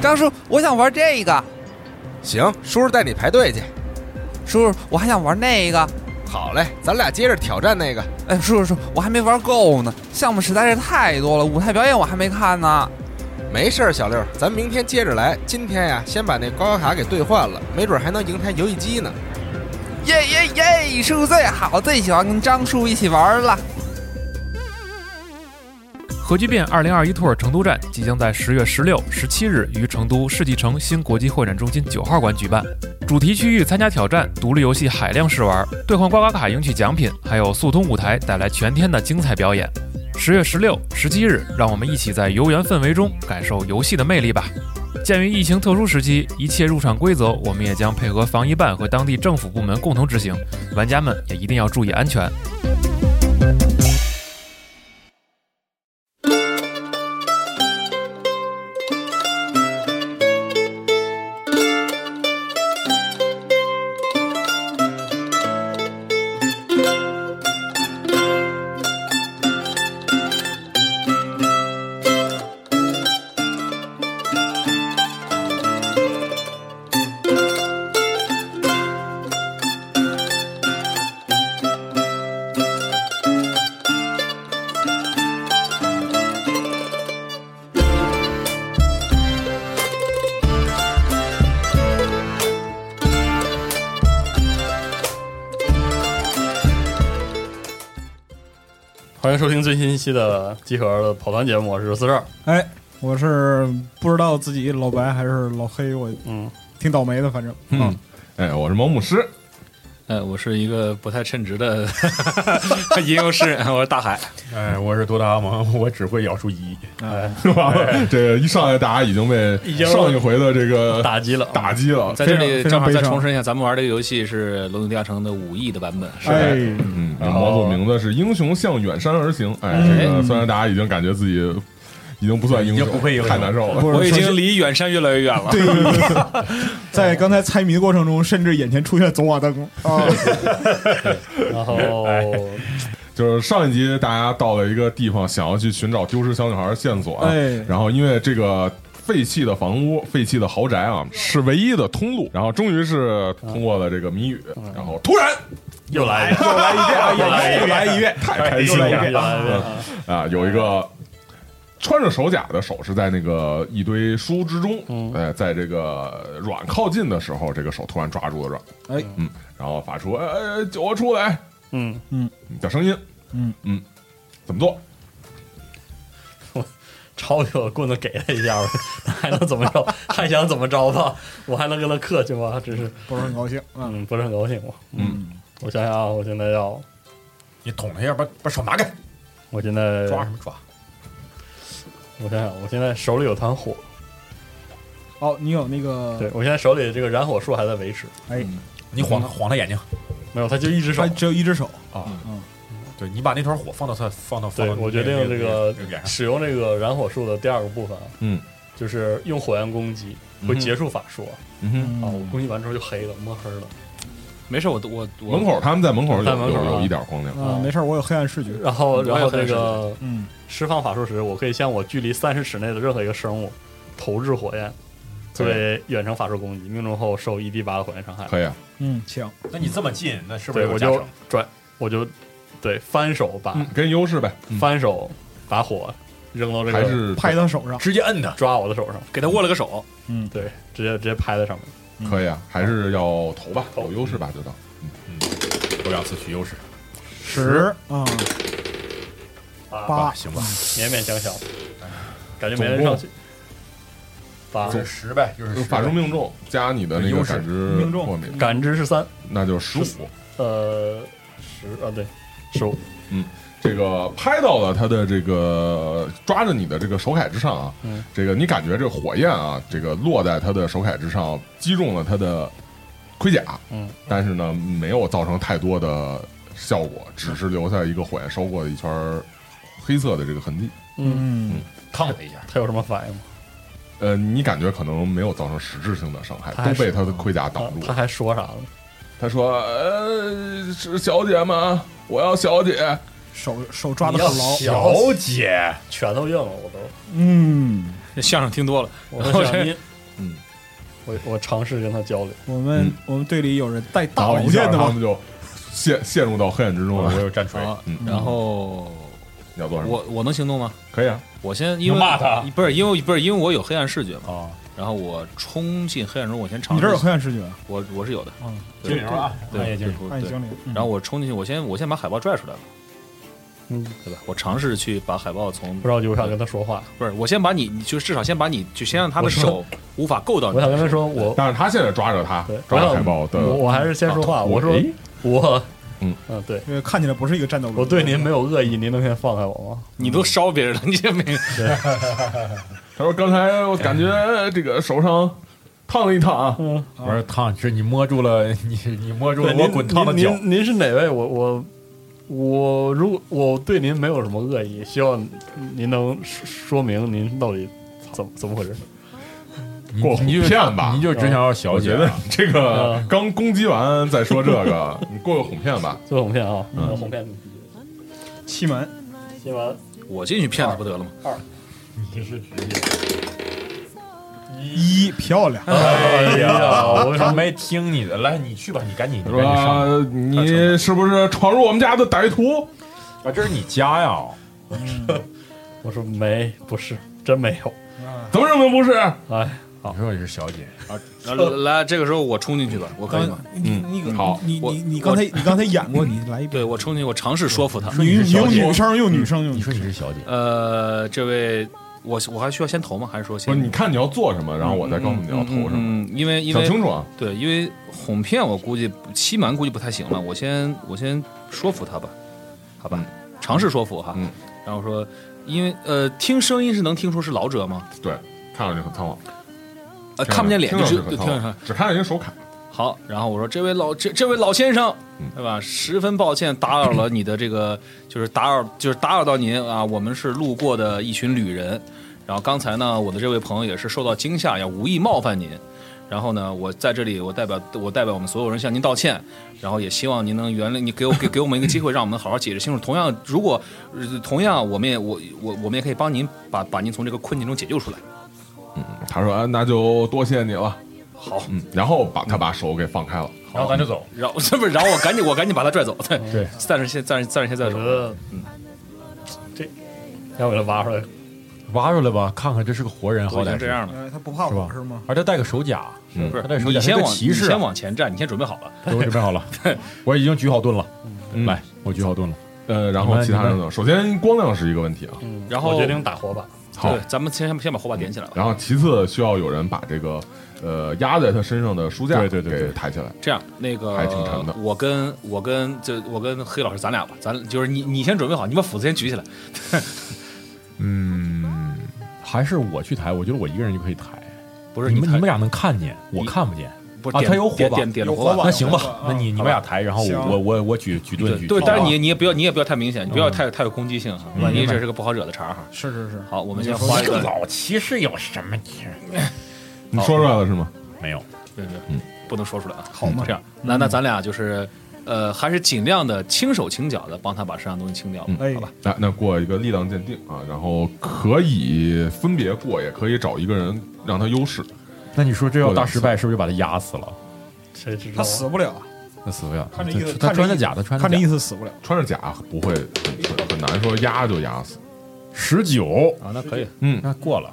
张叔，我想玩这个。行，叔叔带你排队去。叔叔，我还想玩那个。好嘞，咱俩接着挑战那个。哎，叔叔叔，我还没玩够呢，项目实在是太多了，舞台表演我还没看呢。没事儿，小六，咱明天接着来。今天呀，先把那高考卡给兑换了，没准还能赢台游戏机呢。耶耶耶！叔叔最好，最喜欢跟张叔一起玩了。核聚变二零二一兔儿成都站即将在十月十六、十七日于成都世纪城新国际会展中心九号馆举办。主题区域参加挑战，独立游戏海量试玩，兑换刮刮卡赢取奖品，还有速通舞台带来全天的精彩表演。十月十六、十七日，让我们一起在游园氛围中感受游戏的魅力吧。鉴于疫情特殊时期，一切入场规则我们也将配合防疫办和当地政府部门共同执行，玩家们也一定要注意安全。欢迎收听最新一期的集合的跑团节目，我是四十二。哎，我是不知道自己老白还是老黑，我嗯，挺倒霉的，反正嗯，哎，我是毛姆师， 呃，我是一个不太称职的 吟游诗人，我是大海。哎，我是多达蒙， 我只会咬出一。哎，完了，啊 这个一上来大家已经被已经上一回的这个打击了，打击了。在这里非常正好非再常悲重申一下，咱们玩这个游戏是《龙与地下城》的武艺的版本，是哎，嗯，然后毛总名字是英雄向远山而行。哎，嗯这个虽然大家已经感觉自己已经不算英已雄，经不会英雄太难受了。不是我已说经是离远山越来越 远了。对，在刚才猜谜的过程中，甚至眼前出现走马灯啊，然后哎就是上一集大家到了一个地方，想要去寻找丢失小女孩的线索啊， 哎然后因为这个。废弃的房屋、废弃的豪宅啊，是唯一的通路。然后终于是通过了这个谜语，然后突然又来了，又来一遍，又来一遍又来一遍，太开又心来一了遍，哎又来一遍，啊！有一个穿着手甲的手是在那个一堆书之中，嗯呃，在这个软靠近的时候，这个手突然抓住了软，哎，嗯，然后发出哎哎救我出来嗯，的声音，嗯嗯，怎么做？抄起我 棍子给他一下吧，还能怎么着？ 还想怎么着吧？我还能跟他客气吗？只是，不是很高兴啊。嗯，不是很高兴我。嗯，我想想啊，我现在要，你捅他一下，把把手拿开，我现在抓什么抓？我想想，我现在手里有团火，哦，你有那个哎对我现在手里这个燃火术还在维持，你晃他晃他眼睛没有，他就一只手他。只有一只手，啊嗯！对你把那团火放到他放到对我决定这个脸上，使用这个燃火术的第二个部分啊，嗯，就是用火焰攻击会结束法术啊，嗯哼，啊，我攻击完之后就黑了，摸黑了。没事，我我我门口他们在门口有嗯在门口有有啊一点光亮，啊，没事儿，我有黑暗视觉，然后，嗯我也然后很这是个嗯，释放法术时，我可以向我距离三十尺内的任何一个生物投掷火焰，作为远程法术攻击，命中后受一 d 八的火焰伤害。可以啊，嗯，请那你这么近，那是不对，是我就转，我就对翻手把、给你优势呗，嗯翻手把火扔到这还个是拍他手上，直接摁他，抓我的手上，嗯给他握了个手，对，直接直接拍在上面。可以啊，还是要投吧，有优势吧就当。不要自取优势，十啊八八，行吧？勉勉强强，感觉总没人共上去。八总十呗，就是法术命中加你的那个优势感知命中过敏，感知是三，那就十五。呃，十啊对，十五，这个拍到了他的这个抓着你的这个手铠之上啊，嗯这个你感觉这火焰啊，这个落在他的手铠之上，击中了他的盔甲，嗯，但是呢，没有造成太多的效果，只是留下一个火焰烧过的一圈儿黑色的这个痕迹。嗯，嗯，烫他一下，他有什么反应吗？呃，你感觉可能没有造成实质性的伤害，他都还被他的盔甲他挡住他了。还说啥了？他说：“呃，是小姐吗？我要小姐。手手抓的很牢，小姐，拳头硬了，我都。嗯，相声听多了，我在想你，嗯，我我尝试跟他交流，我们嗯我们队里有人带大然后宝一下剑的他吗？们就陷陷入到黑暗之中啊了。我有战锤好嗯，，然后你要做什么？我我能行动吗？可以啊，我先因为你骂他不是因为不是因为我有黑暗视觉嘛，啊，然后我冲进黑暗中，我先尝哦你试这儿一哎下。有黑暗视觉，我我是有的，嗯，对精灵啊，对暗夜精灵，对暗对影精灵。嗯然后我冲进去，我先我先把海报拽出来了，嗯，对吧？我尝试去把海报从不知道就不想跟他说话，不是我先把你，你就至少先把你就先让他的我说手无法够到你我想跟他说我但是他现在抓着他对，抓着我海想报的，我我还是先说话，啊我说诶我，嗯嗯，对因为看起来不是一个战斗。我对您没有恶意，您能先放开我吗？你都烧别人 了，你这没他说刚才我感觉这个手上烫了一烫啊，我说烫，是你摸住了你，你摸住了 对我您滚烫的您脚。您您是哪位？我我我如果我对您没有什么恶意，希望您能说说明您到底怎么怎么回事。你过你哄就骗吧你就只想要小我姐觉得啊。你这个刚攻击完再说这个，你过个哄骗吧。做哄骗啊，哄骗七门，新闻我进去骗他不得了吗？你是职业，一漂亮，哎呀，我为什他么没听你的？来，你去吧，你赶紧，他你赶紧上。说你是不是闯入我们家的歹徒？啊，这是你家呀？我说没，不是，真没有。怎么可能不是？哎，你说你是小姐，然后来，这个时候我冲进去嗯了，我可以吗？你你你好你我你你刚才你刚才演过，你来一遍。对我冲进去，我尝试说服嗯他。你你用你是小姐女声，用女声，用你女声说你是小姐，呃，这位，我我还需要先投吗？还是说不先是，你看你要做什么，然后我再告诉你要投什么。嗯，嗯因为因想为清楚啊！对，因为哄骗我估计欺瞒估计不太行了，嗯我先我先说服他吧，好吧，尝试说服哈。嗯然后说，因为呃，听声音是能听出是老者吗？对，看上去很苍老，呃，看不见脸听就上去很知就苍听老着。，只看见一个手卡。好，然后我说这位老这这位老先生嗯，对吧？十分抱歉打扰了你的这个，就是打扰就是打扰到您啊，我们是路过的一群旅人。然后刚才呢，我的这位朋友也是受到惊吓，也无意冒犯您。然后呢，我在这里，我代表我代表我们所有人向您道歉，然后也希望您能原谅你，给我给给我们一个机会，让我们好好解释清楚。同样，如果、呃同样，我们也我我我们也可以帮您把把您从这个困境中解救出来。他说：“啊，那就多谢你了。”好，嗯，然后把他把手给放开了。然后咱就走。然后 这不是，然后我赶紧我赶紧把他拽走，对对， 暂时先暂时暂时先我再觉走。得嗯这要给他挖出来，挖出来吧，看看这是个活人，都好已歹经是这。样了，呃他不怕是吧我是吗？而他戴个手甲，嗯不他戴是手甲你先是个往骑你士先啊，往前站，你先准备好了。我准备好了， 我已经举好盾了。来，我举好盾了。呃，然后其他嗯人呢？首先光亮是一个问题啊，嗯然后我决定打火把，好对，咱们先先把火把点起嗯来吧。然后其次需要有人把这个呃压在他身上的书架对对对对给抬起来。这样，那个还挺沉的我跟我跟这我跟黑老师，咱俩吧，咱就是你你先准备好，你把斧子先举起来。嗯，还是我去抬，我觉得我一个人就可以抬。不是你们抬你们俩能看见，我你啊看不见。不是啊点他有火点把点点了有火火把那行好吧吧，那你你们俩抬，然后行我我我举举盾举。对，举但是盾你你也不要你也不要太明显，你不要太太有攻击性哈，嗯万一明白这是个不好惹的茬儿哈。是是是，好，我们先花一个，老骑士有什么劲？你说出来了是吗？没有，对对嗯，不能说出来啊。好嘛这样，嗯那那咱俩就是，呃，还是尽量的轻手轻脚的帮他把身上东西清掉吧，嗯哎好吧？来，那过一个力量鉴定啊，然后可以呃分别过，也可以找一个人让他优势。那你说这要大失败，是不是就把他压死了？谁知道啊他死不了，那死不了。看这意思他他看这穿意着思甲，他穿看这着意甲。思死不了。穿着甲不会很很很难说压就压死。十九，啊，那可以，嗯，那过了。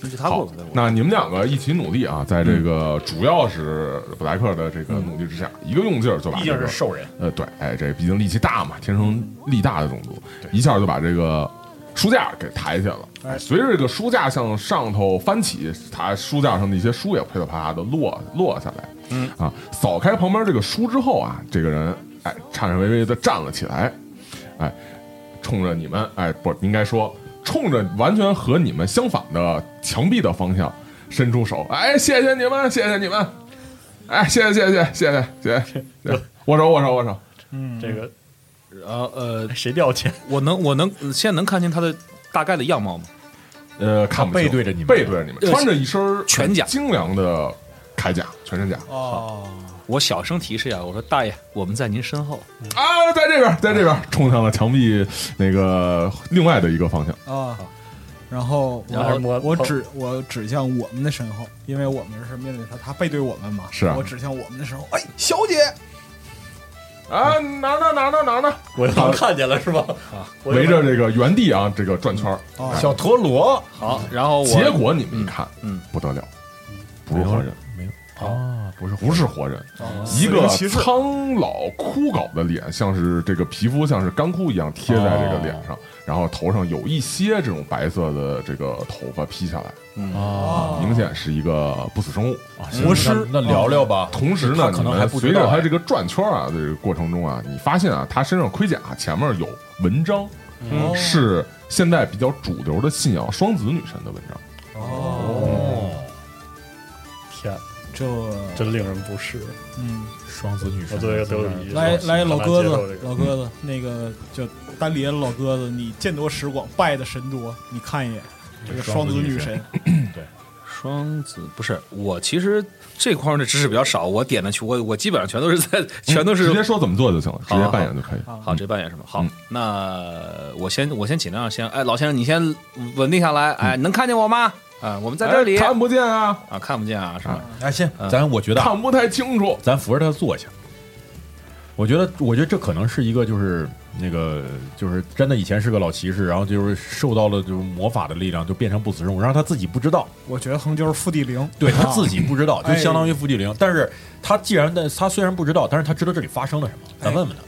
那就他好过了，再过，那你们两个一起努力啊，在这个主要是布莱克的这个努力之下，一个用劲儿就把毕这竟个是兽人，呃，对，哎，这毕竟力气大嘛，天生力大的种族，一下就把这个书架给抬起来了。哎，随着这个书架向上头翻起，它书架上的一些书也噼里啪啦的落落下来。嗯啊，扫开旁边这个书之后啊，这个人哎颤颤巍巍的站了起来，哎，冲着你们，哎，不应该说冲着完全和你们相反的墙壁的方向伸出手，哎，谢谢你们，谢谢你们，哎，谢谢谢谢谢谢谢谢谢谢，握手握手握手。这个然后呃，谁掉钱？我能我能现在能看清他的大概的样貌吗？呃，看不清背对着你们背对着你们，呃穿着一身全甲精良的铠甲，全身甲哦哦我小声提示一下，我说大爷，我们在您身后。啊，在这边，在这边，冲向了墙壁那个另外的一个方向。啊，然后然后还摸我我指我指向我们的身后，因为我们是面对他，他背对我们嘛。是啊我指向我们的身后，哎，小姐，啊，拿着拿着拿着， 我又能看见了是吧？啊我哦围着这个原地啊，这个转圈儿。哎哦，小陀螺，好，然后结我果你们一看，嗯嗯，不得了，不是活人，没有啊，不是不是活人，哦一死个灵骑士苍老枯槁的脸，像是这个皮肤像是干枯一样贴在这个脸上，然后头上有一些这种白色的这个头发披下来，啊明显是一个不死生物。嗯魔师那那聊聊吧。哦同时他呢，可能你还们不随知道着他哎这个转圈啊的这个过程中啊，你发现啊，他身上盔甲前面有文章，嗯哦是现在比较主流的信仰双子女神的文章。嗯哦，天，这真令人不适。嗯，双子女神，我作为一个德鲁啊伊，来我来，很老难鸽接受这子，个老鸽子，那个叫丹莲老鸽子，你见多识广，拜的神多，你看一眼这个双子女神，双子不是我，其实这块儿的知识比较少，我点的去，我我基本上全都是在全嗯都直是接说怎么做就行了，直好接好扮演就可以。好，这扮演是吗？好嗯，那我先我先尽量先，哎，老先生你先稳定下来，哎，能看见我吗？啊，我们在这里哎看不见啊，嗯啊，看不见啊，是吧？哎，先，咱我觉得啊看不太清楚。咱扶着他坐下。我觉得，我觉得这可能是一个，就是那个，就是真的以前是个老骑士，然后就是受到了就是魔法的力量，就变成不死生物，然后他自己不知道， 我觉得横就是负地灵，对他啊自己不知道，就哎相当于伏地灵。但是他既然在，他虽然不知道，但是他知道这里发生了什么，哎咱问问他。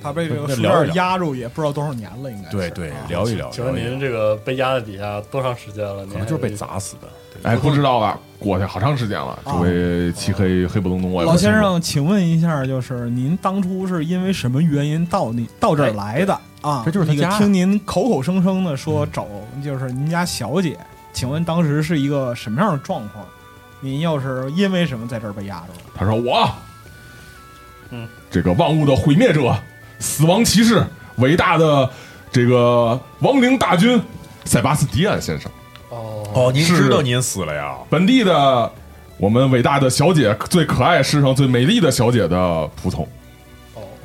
他被这个那树聊一聊叶压住也不知道多少年了，应该是对对啊，聊一聊。请问聊一聊您这个被压在底下多长时间了？可可能就是被。砸死的，哎，不知道了，过去好长时间了，周围漆黑黑不隆咚，我啊也老不清先楚。生，请问一下，就是您当初是因为什么原因到你到这儿来的啊？这就是他那个家听您口口声声的说找就是您家小姐，请问当时是一个什么样的状况？您要是因为什么在这儿被压住了？他说我，嗯，这个万物的毁灭者，死亡骑士，伟大的这个亡灵大军，塞巴斯蒂安先生，哦，哦，您是知道您死了呀？本地的我们伟大的小姐，最可爱世上最美丽的小姐的仆从。哦哎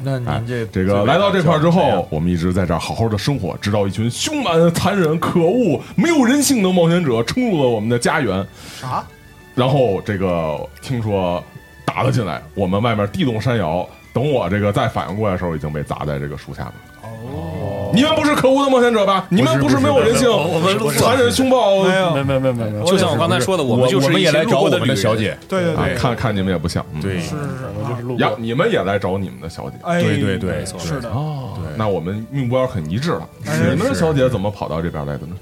那您这这个来到这块儿之后，，我们一直在这儿好好的生活，直到一群凶蛮、残忍、可恶、没有人性的冒险者冲入了我们的家园。啥？然后这个听说打了进来，我们外面地动山摇。等我这个再反应过来的时候，已经被砸在这个树下面。哦，你们不是可恶的冒险者吧？你们不是没有人性，不是我们残忍凶暴。没有没，没没没没，就像我刚才说的，我们就是我们也一些来路找过我的们的旅小人，姐，对对啊对，，看看你们也不像，嗯对是是是我们就是啊，路呀过，。你们也来找你们的小姐。哎，对对对没错是的，哦对那我们目标很一致了。哎你们的是小姐怎么跑到这边来的呢？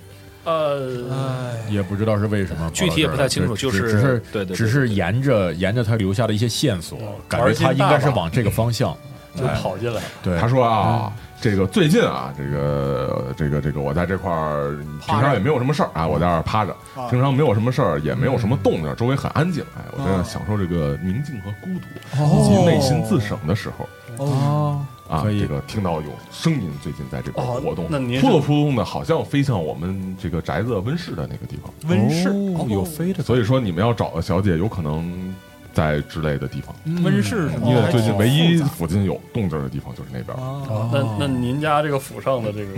呃，也不知道是为什么，具体也不太清楚只就是只是对对对只是沿着沿着他留下的一些线索，嗯感觉玩心他大应该是吧往这个方向。就跑进来了。对，他说啊，这个最近啊，这个这个这个，我在这块儿平常也没有什么事儿啊，我在这儿趴着，啊平常没有什么事儿，也没有什么动静，周围很安静，哎，我在那享受这个宁静和孤独以及内心自省的时候。哦，啊，可以这个听到有声音，最近在这边活动，哦那您是扑通扑通的，好像飞向我们这个宅子温室的那个地方。温室，有飞的，所以说，你们要找的小姐有可能在之类的地方，温室是因为最近唯一哦附近有动静的地方就是那边。哦啊，嗯那那您家这个府上的这个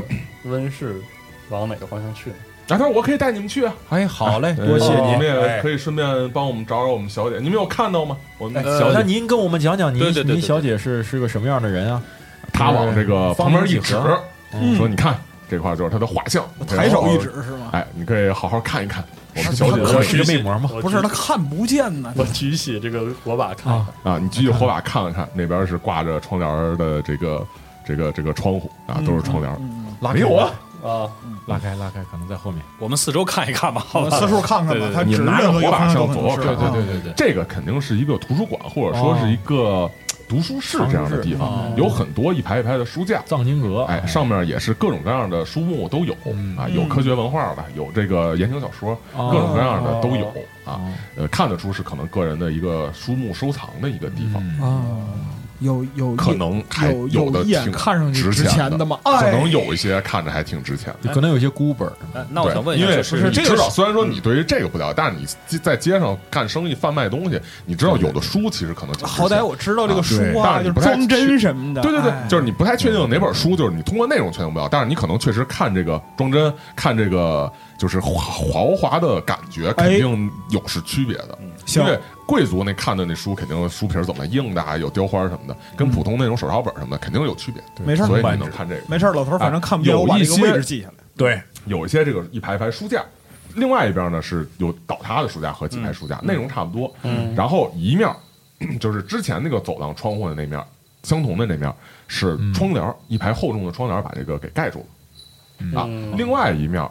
温室往哪个方向去呢？然后我可以带你们去啊。哎，好嘞，呃多谢你您。们也哎可以顺便帮我们找找我们小姐，你们有看到吗？我们呃小那姐您跟我们讲讲您对对对对您小姐是是个什么样的人啊？她往这个旁边一指，嗯说：“你看，这块就是她的画像。”抬手一指，是吗？哎，你可以好好看一看我们小姐可的是个魅魔吗？我不是，举他看不见呢，我举起这个火把看看，啊！你举起火把看了看，那边是挂着窗帘的这个这个这个窗户啊，都是窗帘。嗯，拉开没有啊，啊，拉开拉开，可能在后面。我们四周看一看吧，好我吧？四处看看吧，他你指拿着任何一个火把方向向都可能左看是，对啊对对对，这个肯定是一个图书馆，或者说是一个读书室这样的地哦方，有很多一排一排的书架。藏经阁，哎，上面也是各种各样的书目都有嗯啊，有科学文化的，有这个言情小说，哦各种各样的都有啊。呃，看得出是可能个人的一个书目收藏的一个地方。嗯啊，有有可一能还有有的一眼挺看上去值值钱钱的吗？可哎能有一些看着还挺值钱的。就可能有一些孤本儿，哎那我想问一因下，为就是你知道，虽然说你对于这个不了解，但是你在街上干生意、贩卖东西，你知道有的书其实可能挺值钱好歹我知道这个书啊啊，对就是但是你装不太帧什么的。对对对，哎就是你不太确定哪本书，就是你通过内容确定不了，但是你可能确实看这个装帧，看这个就是华豪华的感觉，哎肯定有是区别的。因为行，贵族那看的那书，肯定书皮儿怎么硬的啊，有雕花什么的，跟普通那种手抄本什么的肯定有区别。嗯没事儿所以你能看这个。没事儿，老头儿反正看不哎见，有我把一这个位些置记下来。嗯对，有一些这个一排一排书架，另外一边呢是有倒塌的书架和几排书架，内容差不多。嗯然后一面儿 就是之前那个走廊窗户的那面儿，相同的那面儿是窗帘儿，一排厚重的窗帘儿把这个给盖住了。啊，另外一面儿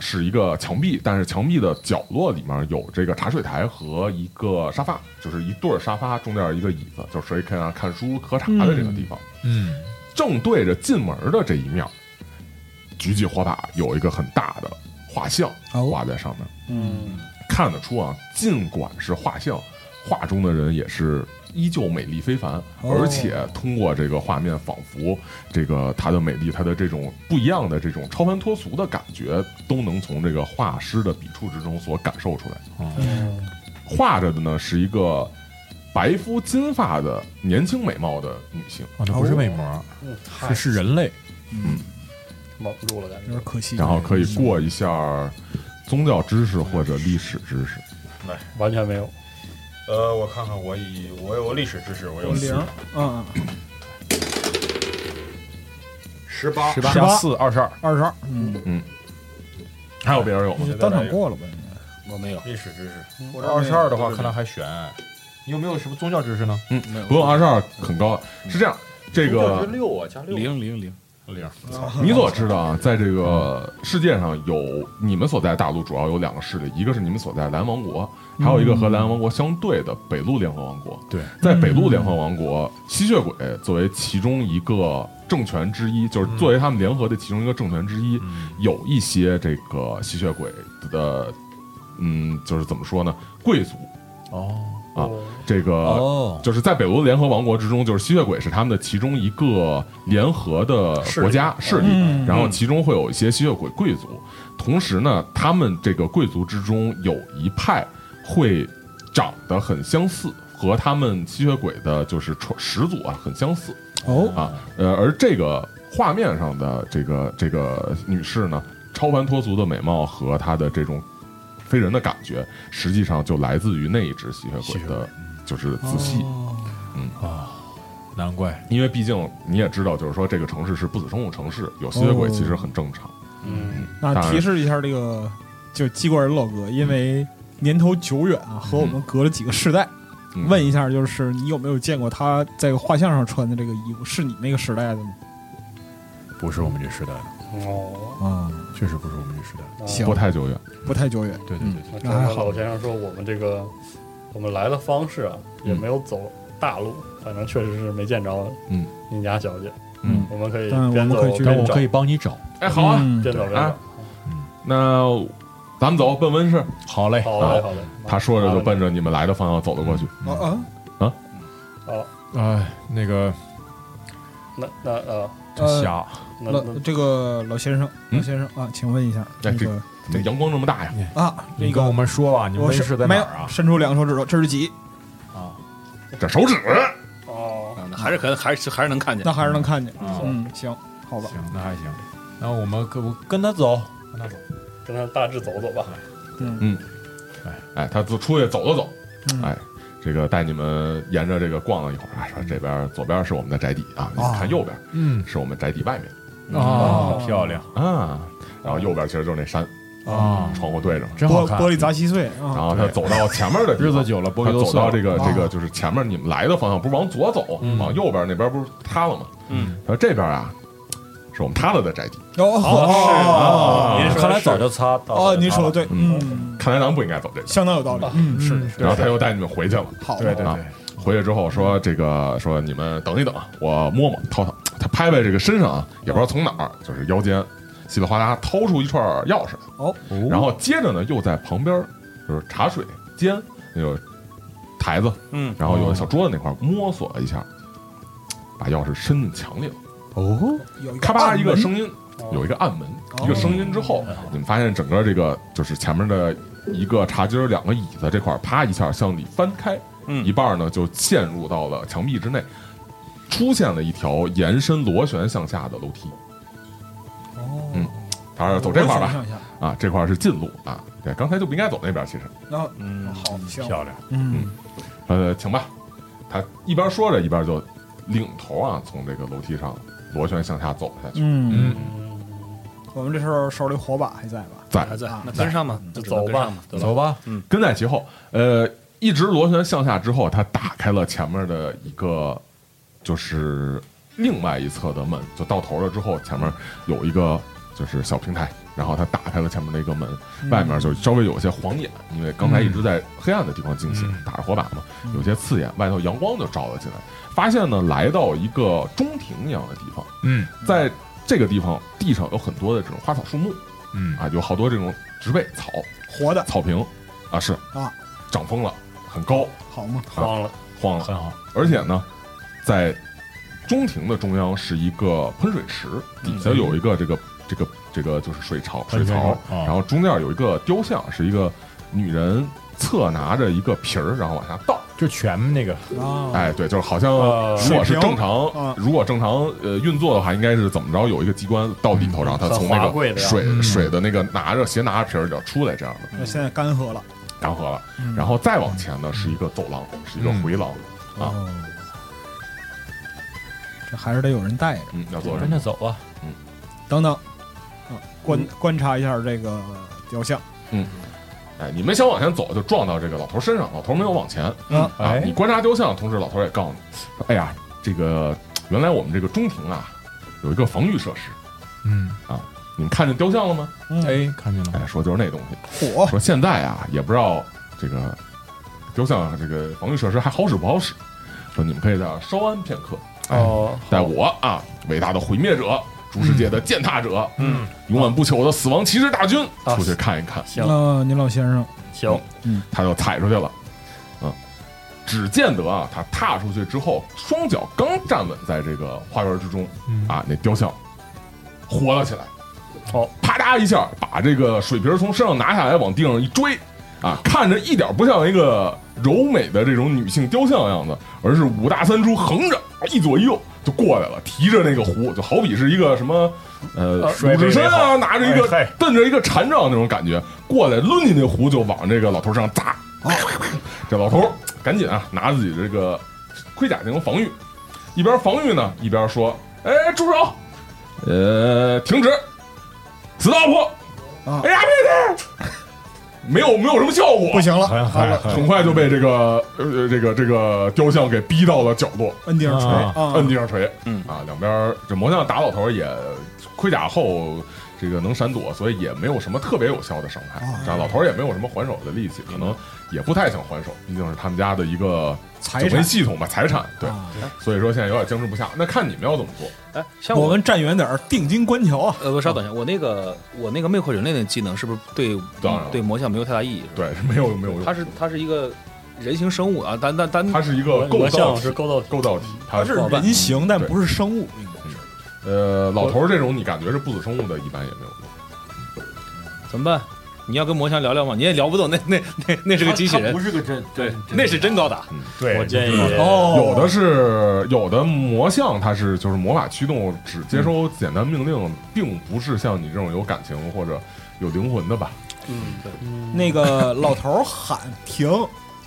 是一个墙壁，但是墙壁的角落里面有这个茶水台和一个沙发，就是一对儿沙发中间一个椅子，就是谁看啊看书喝茶的这个地方。嗯，正对着进门的这一面，举起火把有一个很大的画像哦画在上面，嗯，看得出啊，尽管是画像，画中的人也是依旧美丽非凡，而且通过这个画面，仿佛这个她的美丽，她的这种不一样的这种超凡脱俗的感觉，都能从这个画师的笔触之中所感受出来。画着的呢是一个白肤金发的年轻美貌的女性。哦，那不是魅魔，嗯是太是人类，蒙住了，感有觉点可惜。然后可以过一下宗教知识或者历史知识。完全没有。呃，我看看，我以我有历史知识，我有有零，嗯，嗯十八，八加四二十二，二十二，嗯，还有别人有吗你？就当场过了吧？应该我没有，历史知识，我这嗯二十二的话，看来还悬。你有没有什么宗教知识呢？不用二十二，很高了。是这样，这是个六啊，加六，零零零，零，你所知道啊，在这个世界上有你们所在大陆主要有两个势力，一个是你们所在蓝王国，还有一个和蓝王国相对的北陆联合王国。对，在北陆联合王国，吸血鬼作为其中一个政权之一，就是作为他们联合的其中一个政权之一，有一些这个吸血鬼的，嗯，就是怎么说呢，贵族。哦啊，这个、哦，就是在北欧联合王国之中，就是吸血鬼是他们的其中一个联合的国家势力，嗯然后其中会有一些吸血鬼贵族，同时呢，他们这个贵族之中有一派会长得很相似，和他们吸血鬼的就是传始祖啊很相似哦，啊，呃，而这个画面上的这个这个女士呢，超凡脱俗的美貌和她的这种非人的感觉，实际上就来自于那一只吸血鬼的，就是哦子系。难怪因为毕竟你也知道，就是说这个城市是不死生物城市，有吸血鬼其实很正常。嗯，那当然提示一下这个，就机关人老哥，因为年头久远啊，和我们隔了几个世代，嗯问一下，就是你有没有见过他在画像上穿的这个衣服，是你那个时代的吗？不是我们这时代的，哦，啊，确实不是我们这时代的。行不，太久远，不太久远，对对对对，那那还啊正好老先生说我们这个我们来的方式啊，也嗯没有走大路，反正确实是没见着嗯您家小姐。嗯我们可以但我边们走可以去但边我找可以，帮你找。哎，好啊，嗯边走边啊找。那咱们走，奔温室。好嘞，好啊嘞，好嘞。他说着就奔着你们来的方向走了过去。啊啊，哦，哎，那个那那呃，真呃，瞎，那老嗯那这个老先生，嗯老先生啊，请问一下，哎那个这阳光这么大呀，啊，你那跟我个们说吧，你们我温是室在没哪有儿啊？伸出两个手指头，这是几？这手指哦，啊那还是可能还是还是能看见那。还是能看见。啊嗯，行，好吧。行，那还行。那我们跟我跟他走，跟他走。跟他大致走走吧。嗯哎，他就出去走了走，嗯哎，这个带你们沿着这个逛了一会儿，哎，说这边左边是我们的宅邸啊，你们看右边嗯是我们宅邸外面啊，漂亮啊，然后右边其实就是那山，啊，窗户对着嘛。真好玻看。玻璃砸稀碎然啊！后他走到前面的地日方子久了，玻他璃都走碎到了。这个啊这个就是前面你们来的方向，不是往左走，嗯往右边那边不是塌了吗？嗯，他说这边啊，是我们塌了的宅邸，哦啊，看来早就擦到哦，你说的对，嗯，看来咱们不应该走这边。相当有道理。嗯，是的，然后他又带你们回去了，好，对对啊对，回去之后说这个说你们等一等，我摸摸掏掏，他拍拍这个身上啊，也不知道从哪儿，就是腰间稀里哗啦掏出一串钥匙来，哦，然后接着呢又在旁边就是茶水间那个台子，嗯，哦然后有个小桌子那块儿摸索了一下，把钥匙伸进墙里了，哦，有咔吧一个声音哦，有一个暗门，一个声音之后，你们发现整个这个就是前面的一个茶几儿、两个椅子这块儿，啪一下向里翻开，嗯一半儿呢就陷入到了墙壁之内，出现了一条延伸螺旋向下的楼梯。哦嗯当然走这块儿我想吧，象一下啊，这块儿是近路啊，对，刚才就不应该走那边儿，其实，然后哦嗯，好行，漂亮，嗯，呃，请吧。他一边说着，一边就领头啊，从这个楼梯上螺旋向下走了下去。嗯，我们这时候手里火把还在吧？在还在啊，那跟上吧，就只能走跟吧上吧，对吧？走吧，嗯跟在其后，呃，一直螺旋向下之后，他打开了前面的一个，就是另外一侧的门，就到头了之后，前面有一个就是小平台，然后他打开了前面的一个门，嗯嗯外面就稍微有些晃眼，因为刚才一直在黑暗的地方进嗯行，打着火把嘛，有些刺眼，外头阳光就照了进来，发现呢来到一个中庭一样的地方，嗯在这个地方地上有很多的这种花草树木嗯啊，有好多这种植被草，活的草坪啊，是啊，长疯了，很高，好嘛，慌了，荒了。很好，而且呢，在中庭的中央是一个喷水池，底下有一个这个这个这个就是水槽水喷水槽槽，哦然后中间有一个雕像，是一个女人侧拿着一个瓶儿，然后往下倒。就全那个啊，哎，对，就是好像呃如果是水瓶正常，啊如果正常呃运作的话，应该是怎么着有一个机关到里头，然后它很从那华贵个的呀水、嗯水的那个拿着斜拿着瓶儿里头出来这样的。那现在干涸了，嗯干涸了，然后再往前呢是一个走廊，是一个嗯回廊，啊哦，这还是得有人带着。嗯，要做什跟么？着走啊，等等，啊，观观察一下这个雕像，哎，你们想往前走就撞到这个老头身上，老头没有往前嗯啊。你哎，观察雕像，同时老头也告诉你说：“哎呀，这个原来我们这个中庭啊有一个防御设施，啊嗯，你们看见雕像了吗？”哎，看见了，哎，说就是那东西，火说现在啊也不知道这个雕像这个防御设施还好使不好使，说你们可以在这儿稍安片刻，哦，待我啊伟大的毁灭者。诸世界的践踏者，嗯，永远不朽的死亡骑士大军，啊出去看一看。行啊，您老先生，行，他就踩出去了，嗯，只见得啊，他踏出去之后，双脚刚站稳在这个花园之中，嗯啊，那雕像活了起来，哦，啪嗒一下把这个水瓶从身上拿下来，往地上一追，啊，看着一点不像一个柔美的这种女性雕像样子，而是五大三粗横着一左一右就过来了，提着那个壶，就好比是一个什么。呃，鲁智深啊，拿着一个哎嘿蹬着一个禅杖那种感觉，过来抡起那壶就往这个老头身上砸。这老头儿赶紧啊，拿自己这个盔甲进行防御，一边防御呢，一边说：“哎，住手！呃，停止，死老婆！啊哎呀，别别！”没有没有什么效果，不行了，完哎，了，很快就被这个呃这个这个雕像给逼到了角落，摁地上锤啊啊，摁地上锤。嗯啊，两边儿这魔像打老头儿也盔甲厚，这个能闪躲，所以也没有什么特别有效的伤害。哦这样老头儿也没有什么还手的力气，可嗯能也不太想还手，毕竟是他们家的一个财整个产。啊系统吧，财产。对，所以说现在有点僵持不下。那看你们要怎么做？哎，像我我们站远点儿，定睛观瞧啊！呃，不，稍等一下，我那个我那个魅惑人类的技能是不是对当然了对魔像没有太大意义？是吧，对，是没有没有用。它是它是一个人形生物啊，但但但它是一个构我造像体是构造，构造体，它它是人形，但对不是生物，应该是。呃老头儿这种，你感觉是不死生物的，一般也没有用。怎么办？你要跟魔像聊聊吗？你也聊不懂，那那那那是个机器人，是个真，对，那是真高达。嗯对我建议哦有的是有的魔像，它是就是魔法驱动，只接收简单命令，并不是像你这种有感情或者有灵魂的吧？嗯，对，那个老头儿喊停，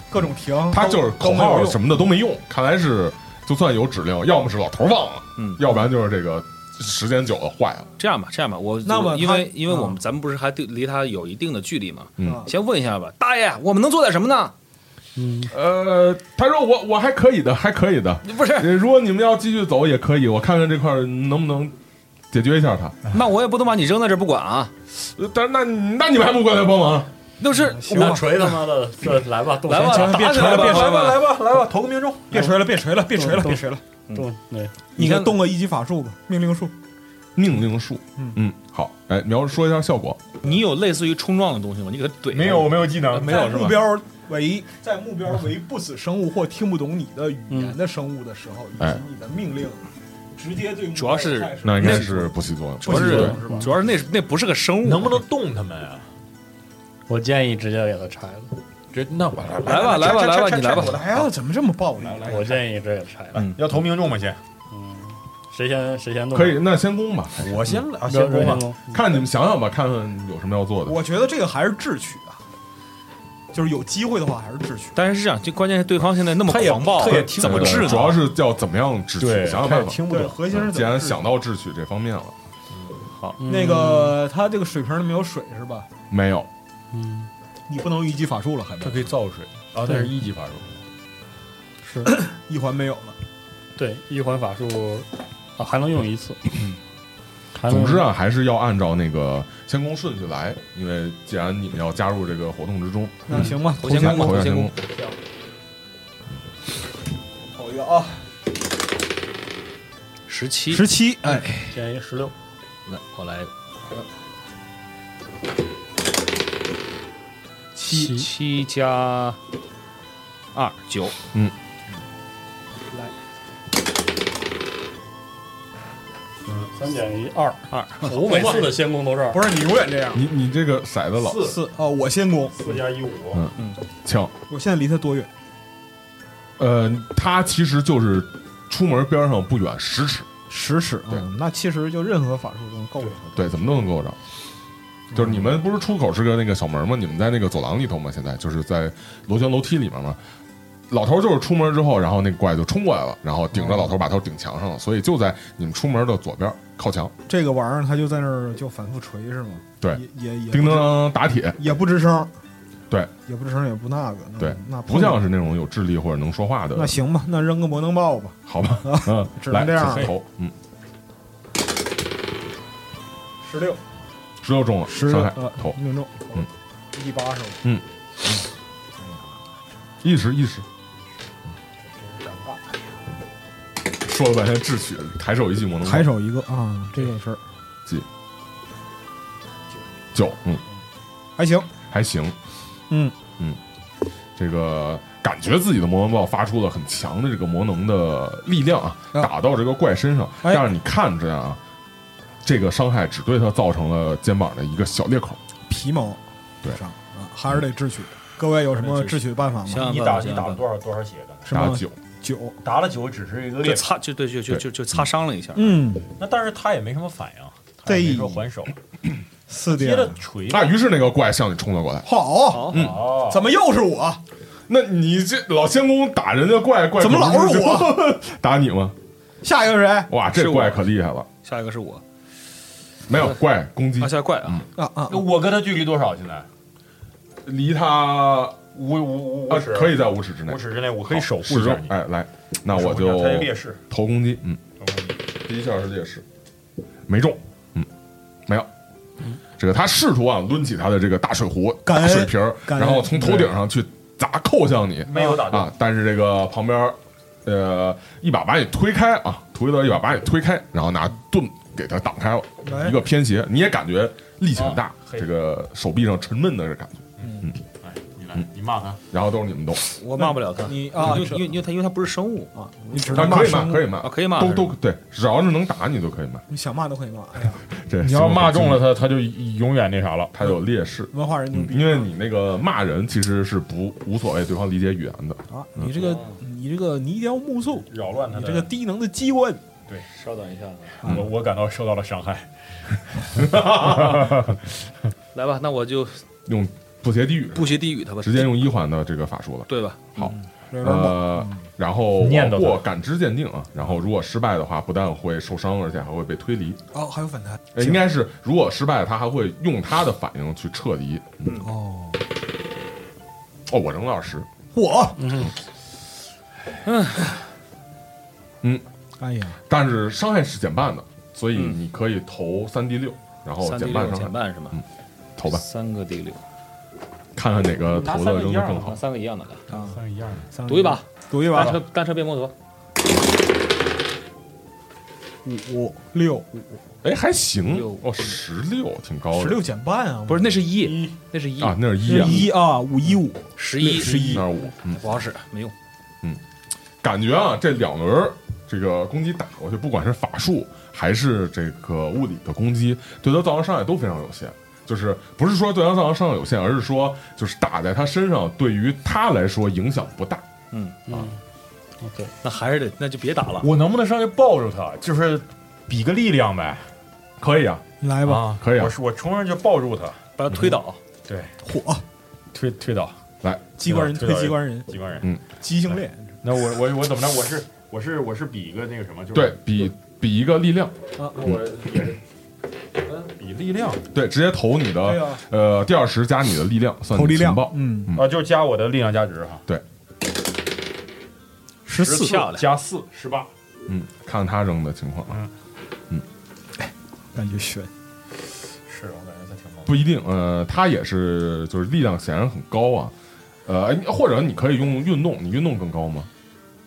各种停，它就是口号什么么的都没用。看来是就算有指令，要么是老头忘了，嗯要不然就是这个时间久了坏了。这样吧，这样吧，我那么我因他为因为我们啊咱们不是还对离他有一定的距离嘛，嗯先问一下吧，大爷，我们能做点什么呢？呃，他说我我还可以的，还可以的。不是， 呃如果你们要继续走也可以，我看看这块儿能不能解决一下它。那我也不能把你扔在这儿不管啊。呃但是那那你们还不过来帮忙？那不是我锤他妈 的，这来吧，动来吧，手打起来吧，别来吧，来吧，别锤了，别锤了，别锤了，动别锤了！动，对，你你给看动个一级法术吧，命令术。命令术，嗯嗯，好，哎，描述一下效果。你有类似于冲撞的东西吗？你给他怼。没有，我没有技能，没有目标为在目标为不死生物或听不懂你的语言的生物的时候，以哎及你的命令，直接对目标主要是开始那应该是不起作用。主要不是是吧主要是那那不是个生物，能不能动他们呀？我建议直接给他拆了，这那我来来吧来吧来吧，你来吧，哎呀，怎么这么暴力？哎我建议直接给他拆了。要投命中吗？先，嗯，谁先谁先动？可以，那先攻吧，我先来啊，让，先先攻吧。攻。看你们想想吧，看看有什么要做的。我觉得这个还是智取啊，就是有机会的话还是智取。啊但是是这样，就关键是对方现在那么他也狂暴他也，听怎么不懂治呢？呃主要是要怎么样智取，对，想想他也办法。听不对，懂。核心是既怎么然治想到智取这方面了，嗯那个他这个水瓶里没有水是吧？没有，嗯，你不能一击法术了，还没这可以造水啊，那是一级法术。是一环没有了。对一环法术啊，还能用一次。还能嗯总之啊，还是要按照那个先攻顺序来，因为既然你们要加入这个活动之中，那行吧，头先攻吧，投头降先攻攻，投一个啊，十七，十七，哎，建议十六，来我来七七加二九，三减一二二。我每次的先攻都是二，不是你永远这样。你你这个骰子老四哦，我先攻，四加一五。请，我现在离他多远？呃，它其实就是出门边上不远十尺，十尺，对嗯，那其实就任何法术都能够着他。对，怎么都能够着。就是你们不是出口是个那个小门吗？你们在那个走廊里头吗？现在就是在螺旋楼梯里面吗？老头就是出门之后，然后那个怪就冲过来了，然后顶着老头把头顶墙上嗯了，所以就在你们出门的左边靠墙，这个玩意儿他就在那儿就反复锤是吗？对也也也叮当当打铁，也不吱声，对，也不吱声，也不那个，那对，那不像是那种有智力或者能说话的那行吧，那扔个魔能爆吧，好吧，嗯， 只能来这样了请投，嗯，十六十六中了，十伤害呃投，命中，嗯，一八是吧？意识意识。说了半天智取，抬手一记魔能，还手一个啊，这个是九，嗯，还行，还行，嗯嗯，这个感觉自己的魔能爆发出了很强的这个魔能的力量啊，啊打到这个怪身上，哎但是你看着啊，这个伤害只对他造成了肩膀的一个小裂口，皮毛对上啊，还是得智取。各位有什么智取办法吗？嗯想你想打办法，你打了多少多少血？刚才什打么九，九？打了九，只是一个就裂口。擦就对就就就就擦伤了一下，嗯，那但是他也没什么反应，他也没说还手，四接点。着锤吧啊那嗯于是那个怪向你冲了过来，好，哦，怎么又是我？那你这老监工打人家怪怪，怎么老是我 打你吗？下一个是呃谁？哇，是这我怪可厉害了，下一个是我，没有怪攻击啊，下怪啊，啊啊！嗯我跟他距离多少？现在离他五五五啊五尺，可以在五尺之内五，尺之内，我可可以守护五一尺下中你。哎，来，那守护我一下就他的劣势，投攻击，嗯，第一下是劣势，没中，嗯，没有。嗯这个他试图啊抡起他的这个大水壶、感大恩水瓶儿，感恩然后从头顶上去砸扣向你没有打中，啊！但是这个旁边，呃，一把把你推开啊，图一德一把把你推开，然后拿盾给他挡开了，哎一个偏斜，你也感觉力气很大啊，嘿这个手臂上沉闷的这感觉。哎，你来，你骂他，然后都是你们动，我骂不了他，你啊因为因为因为他因为他不是生物啊！你只但能骂可以生骂，物可以骂啊，，可以骂都是吧都对，只要是能打你都可以骂。你想骂都可以骂。哎呀，这你要骂中了，他，他就永远那啥了。他有劣势。文化人牛嗯，逼因为你那个骂人其实是不无所谓对方理解语言的，啊！你这个你这个泥雕木塑，扰乱他你的这个低能的机关，稍等一下啊，我我感到受到了伤害。来吧，那我就用不谐地语，不学地语他吧，直接用一环的这个法术了。对吧？这有点猛。呃，然后嗯念叨我他过感知鉴定啊，然后如果失败的话，不但会受伤，而且还会被推离。哦，还有反弹呃应该是如果失败，他还会用他的反应去撤离。哦！哦，我扔了二十，我，嗯，哎呀，但是伤害是减半的，所以嗯你可以投三 D 六，然后三 D 减半六伤减害，半是吗？投嗯吧，三个 D 六，看看哪个投的扔的更啊，好。啊三个一样的来，啊，一样的，三个赌一把，赌一把单，车单车变摩托，五六哎，还行，哦，十六挺高的，十六减半啊，不是是，那是一，那是一，啊，那是一啊，一啊，五一五，十嗯一，十一点五，嗯，不好使，没用。感觉啊，这两轮儿这个攻击打过去，不管是法术还是这个物理的攻击，对他造成伤害都非常有限。就是不是说对他造成伤害有限，而是说就是打在他身上，对于他来说影响不大。对，那还是得，那就别打了。我能不能上去抱住他，就是比个力量呗？可以啊，来吧，啊，可以啊我，是我冲上去抱住他，把他推倒，火推推倒机关人推机关人，机关人。畸形恋，那我我我怎么着？我是我是我是比一个那个什么，就是对比比一个力量，啊，那我也是，嗯，比力量对，直接投你哎啊的啊呀，呃第二十加你的力量，算投你力量情报，嗯，啊，就是加我的力量价值哈，十直四漂亮。加四十八，嗯，看他扔的情况啊，感觉悬，是我感觉他挺猛的。不一定，呃，他也是就是力量显然很高啊，呃，哎或者你可以用运动，你运动更高吗？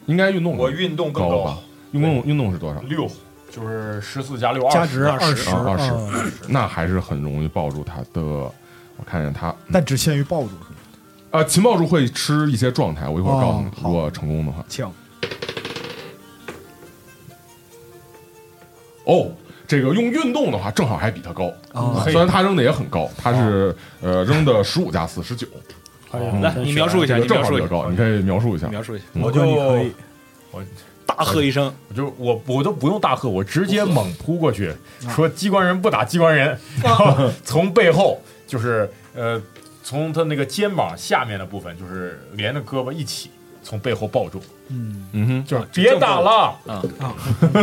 应该运动更我运动更高高吧？运动运动是多少？六，就是十四加六价二值十，二十啊二十啊那还是很容易抱住他的。我看见他，但只限于爆竹是吗？呃，情报术会吃一些状态，我一会儿告诉你哦，好如果成功的话。请哦，这个用运动的话，正好还比他高，哦啊虽然他扔的也很高，他是呃扔的十五加四十九，来，你描述一下，哦这个你正描好述比一较下，高，你可以描述一下。描述一下，我觉得你可以，大喝一声，我就我我都不用大喝，我直接猛扑过去，啊说机关人不打机关人，然后从背后就是呃，从他那个肩膀下面的部分，就是连着胳膊一起从背后抱住，嗯，嗯哼，就是别打了，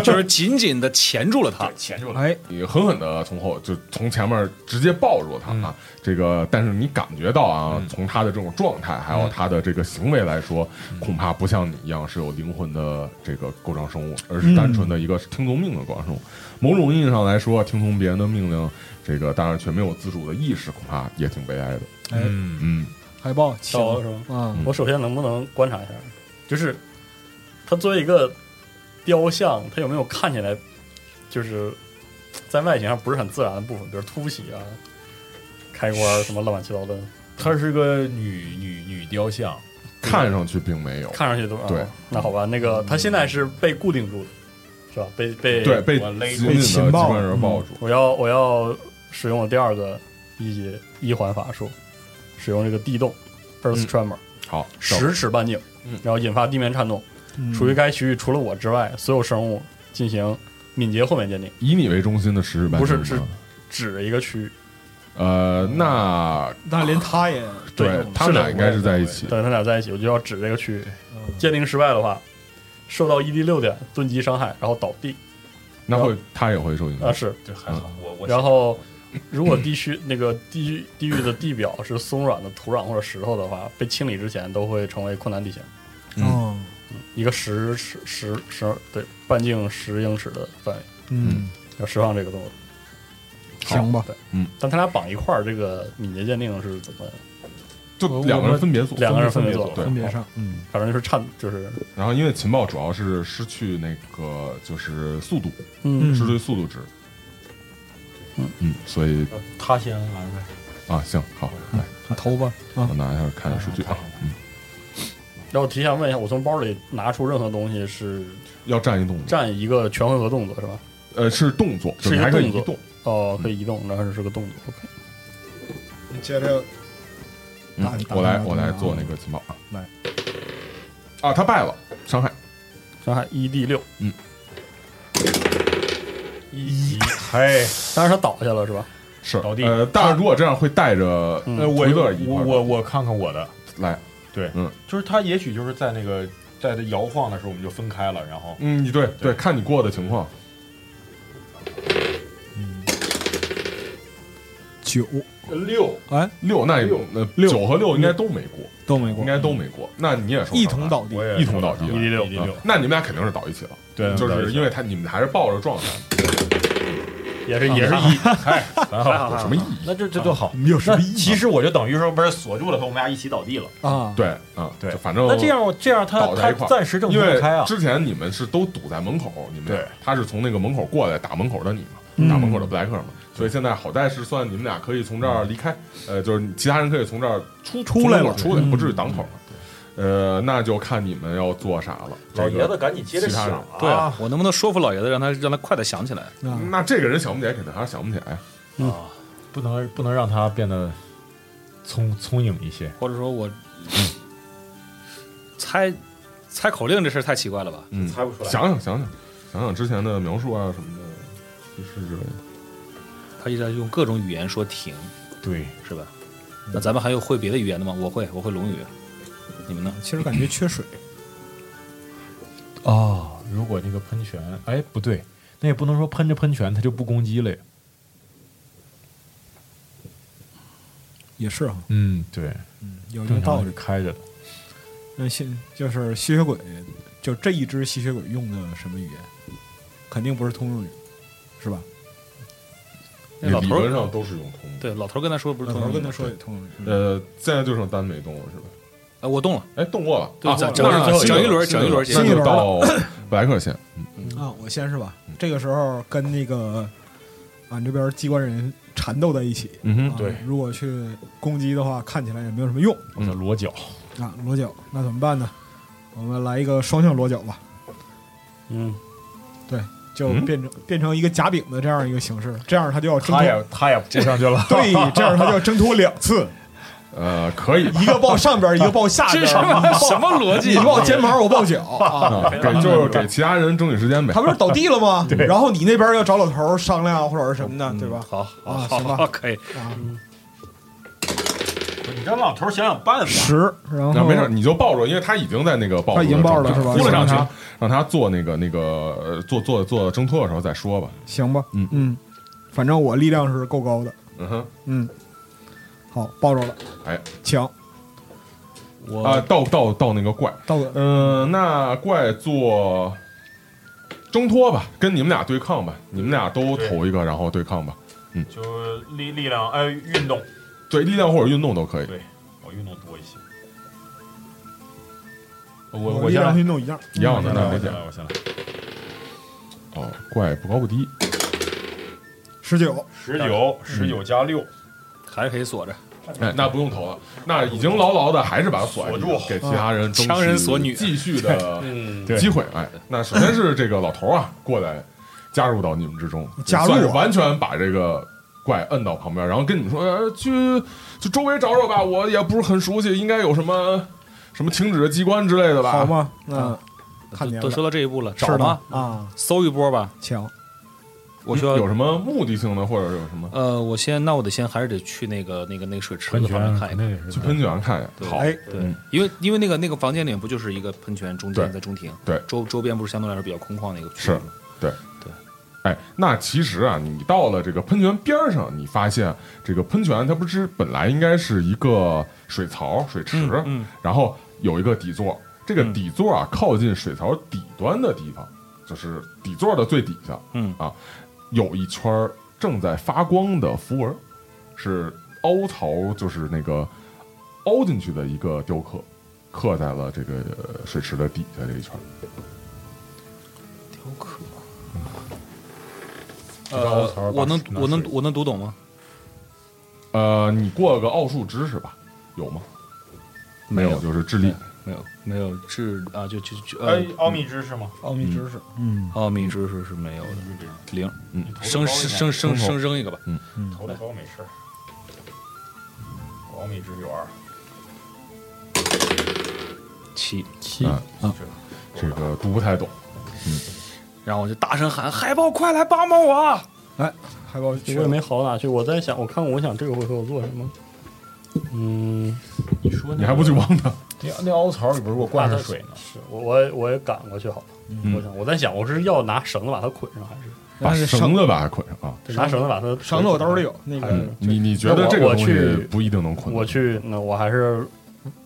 就是紧紧的钳住了他，钳住了。哎，你狠狠的从后就从前面直接抱住他啊，这个但是你感觉到啊，从他的这种状态还有他的这个行为来说，恐怕不像你一样是有灵魂的这个构造生物，而是单纯的一个听从命的构造生物。某种意义上来说，听从别人的命令，这个当然却没有自主的意识，恐怕也挺悲哀的。嗯，嗯，海报请到了是吗？啊，我首先能不能观察一下，就是他作为一个雕像，他有没有看起来就是在外形上不是很自然的部分，比如凸起啊、开关什么乱七八糟的，她是个女女女雕像，看上去并没有。嗯看上去都对啊。那好吧，那个他现在是被固定住的，是吧？被被对，被我勒紧紧的机情报关人抱住，我要我要使用我第二个一级一环法术，使用这个地动 Earth Tremor，、嗯好，嗯十尺半径，然后引发地面颤动，嗯属于该区域除了我之外所有生物进行敏捷后面鉴定，以你为中心的十日半不是径指吗指一个区域，啊呃，那那连他也对他们俩应该是在一起。等他俩在一起，我就要指这个区域。鉴定失败的话，受到一 E d 六点钝击伤害，然后倒地那会他也会受影啊响。是，对，还好我我然后。如果地区那个地域地域的地表是松软的土壤或者石头的话，被清理之前都会成为困难地形。哦，一个十尺十十对半径十英尺的范围，嗯，要释放这个动物。行吧，但他俩绑一块儿，这个敏捷鉴定是怎么？就两个人分别做，两个人分别做，对分别上，嗯，反正就是颤，就是然后因为情报主要是失去那个就是速度，嗯失去速度值。嗯，所以他先完了，啊，行，好，来，投吧，我拿一下看下数据啊，嗯，然后提前问一下，我从包里拿出任何东西是要站一动作，占一个全回合动作是吧？呃，是动作，是就一个还可动以作移动，哦，可以移动，然后是个动作。OK，接着嗯打打我来打我来打做那个情报啊，来，啊，他败了，伤害伤害一 d 六，嗯，一，嘿，但是他倒下了是吧？是倒地呃，但是如果这样会带着嗯呃，我推勒一块我儿我我看看我的，来，嗯就是他也许就是在那个在他摇晃的时候，我们就分开了，然后嗯，你对对，看你过的情况，九六六那六那九和六应该都没过，都没应过，该都没过，那你也受一伤同害倒地我，也嗯一同倒地一了滴一六嗯啊滴一滴六六，嗯那你们俩肯定是倒一起了，对就倒一是起因为他你们还是抱着状态，也是也是一， 哎然还好后还有好什么意义？那这这就啊好。有什那么意义？其实我就等于说不是锁住了他，我们俩一起倒地了。啊，对，嗯啊，对就反正那这样我这样他倒在他一块儿暂时挣不因为开啊。之前你们是都堵在门口，你们俩对他是从那个门口过来打门口的你嗯嘛，打门口的布莱克嘛，所以现在好在是算你们俩可以从这儿离开，呃，就是其他人可以从这儿出出来了从门口出来，嗯不至于挡口了。呃，那就看你们要做啥了。老这爷个子，赶紧接着其他想人对啊啊，，我能不能说服老爷子，让他让他快点想起来？啊嗯那这个人想不起来，肯定还是想不起来。嗯啊不能不能让他变得聪聪颖一些。或者说我嗯猜猜口令这事儿太奇怪了吧？嗯，猜不出来。想想想想想想之前的描述啊什么的，提示之类的。他一直在用各种语言说停，对，是吧？那咱们还有会别的语言的吗？我会，我会龙语。你们呢？其实感觉缺水，哦，如果那个喷泉，哎，不对，那也不能说喷着喷泉它就不攻击了呀。也是哈，嗯，对，有一正个常道是理。开着的。那吸就是吸血鬼，就这一只吸血鬼用的什么语言，肯定不是通用语，是吧？那老理头论儿上都是用通的。对老头儿跟他说不是老通头用儿跟语他说也通用语，呃，现在就剩丹没动了是吧？哎，我动了，哎，动过了。对啊整那整那整一轮新的整一轮那就到白克县。啊，我先是吧？这个时候跟那个俺这边机关人缠斗在一起。嗯啊哼，如果去攻击的话，看起来也没有什么用我叫裸脚，啊。裸脚，那怎么办呢？我们来一个双向裸脚吧，嗯，就嗯变成、变成一个夹饼的这样一个形式，这样他就要挣他 脱。也他也扑上去 了。 对，这样他就要挣脱两 次，呃，可以吧。一个抱上边，一个抱下边。啊这什么什么逻你辑？抱肩膀，我抱 脚啊！啊给就是给其他人争取时间呗他。不是倒地了 吗？然后你那边要找老头商量或者是什么的，对吧？嗯好，好，啊好，行吧好，可以。啊，你让老头想想办法。十，然那后没事，你就抱住，因为他已经在那个抱住他了，已经抱着了是吧扑了上去行行，让他做那个那个呃做做做挣脱的时候再说吧。行吧，嗯嗯，反正我力量是够高的，嗯哼，嗯，好，抱着了，哎，请啊，我到到到那个怪，到个嗯，那怪做挣脱吧，跟你们俩对抗吧，你们俩都投一个，然后对抗吧。就是力力量哎，运动，对，力量或者运动都可以，对我运动多一些。我我我力先来量运哦动一样嗯一样的我先那来，我没先减。来，我先来。哦，怪不高不低，十九，十九，嗯十九加六，还是可以锁着，哎，那不用投了，那已经牢牢的，还是把它锁在地上锁住给其他人争取强人所女继续 的嗯，对机会。哎，那首先是这个老头啊，过来加入到你们之中，加入啊算是完全把这个怪摁到旁边，然后跟你们说，呃，去去周围找找吧，我也不是很熟悉，应该有什么什么停止的机关之类的吧？好吗？那啊看见都了说到这一步了，是找的吗？啊，搜一波吧。请我需要嗯有什么目的性的，或者有什么呃，我先，那我得先还是得去那个那个那个水池喷子旁边泉看一肯看，定也是去喷泉看一对眼。好，哎对，因为因为那个那个房间里不就是一个喷泉，中间对在中庭，对周周边不是相对来说比较空旷的一个区域是吗，哎，那其实啊，你到了这个喷泉边儿上，你发现这个喷泉它不是本来应该是一个水槽、水池，嗯，然后有一个底座，这个嗯底座啊靠近水槽底端的地方，就是底座的最底下，嗯啊，有一圈儿正在发光的符文，是凹槽，就是那个凹进去的一个雕刻，刻在了这个呃水池的底下这一圈儿。雕刻。凹槽呃，把我能拿我能水我能读懂吗？呃，你过个奥数知识吧，有吗？没有有，就是智力。没有没有智啊，就就就呃哎，奥秘知识吗？奥秘知识，嗯，奥秘知识是没有的，零，嗯生生生头生生一个吧，嗯头的高没事儿。嗯我奥秘知识有二，七，七啊这个读不太懂，然后我就大声喊：“海豹，快来帮帮我海报我也没好到哪去。我在想，我看我想这个回合我做什么？嗯，你说你还不去帮他？那那凹槽里边如果灌上水呢？是我我也我也赶过去好了。嗯我想我在想，我是要拿绳子把它捆上，还是把但是绳子把它捆上啊！拿绳子把它捆绳子我兜里有那还个是，嗯你你觉得这嗯我个我东西去不一定能捆？我去，那我还是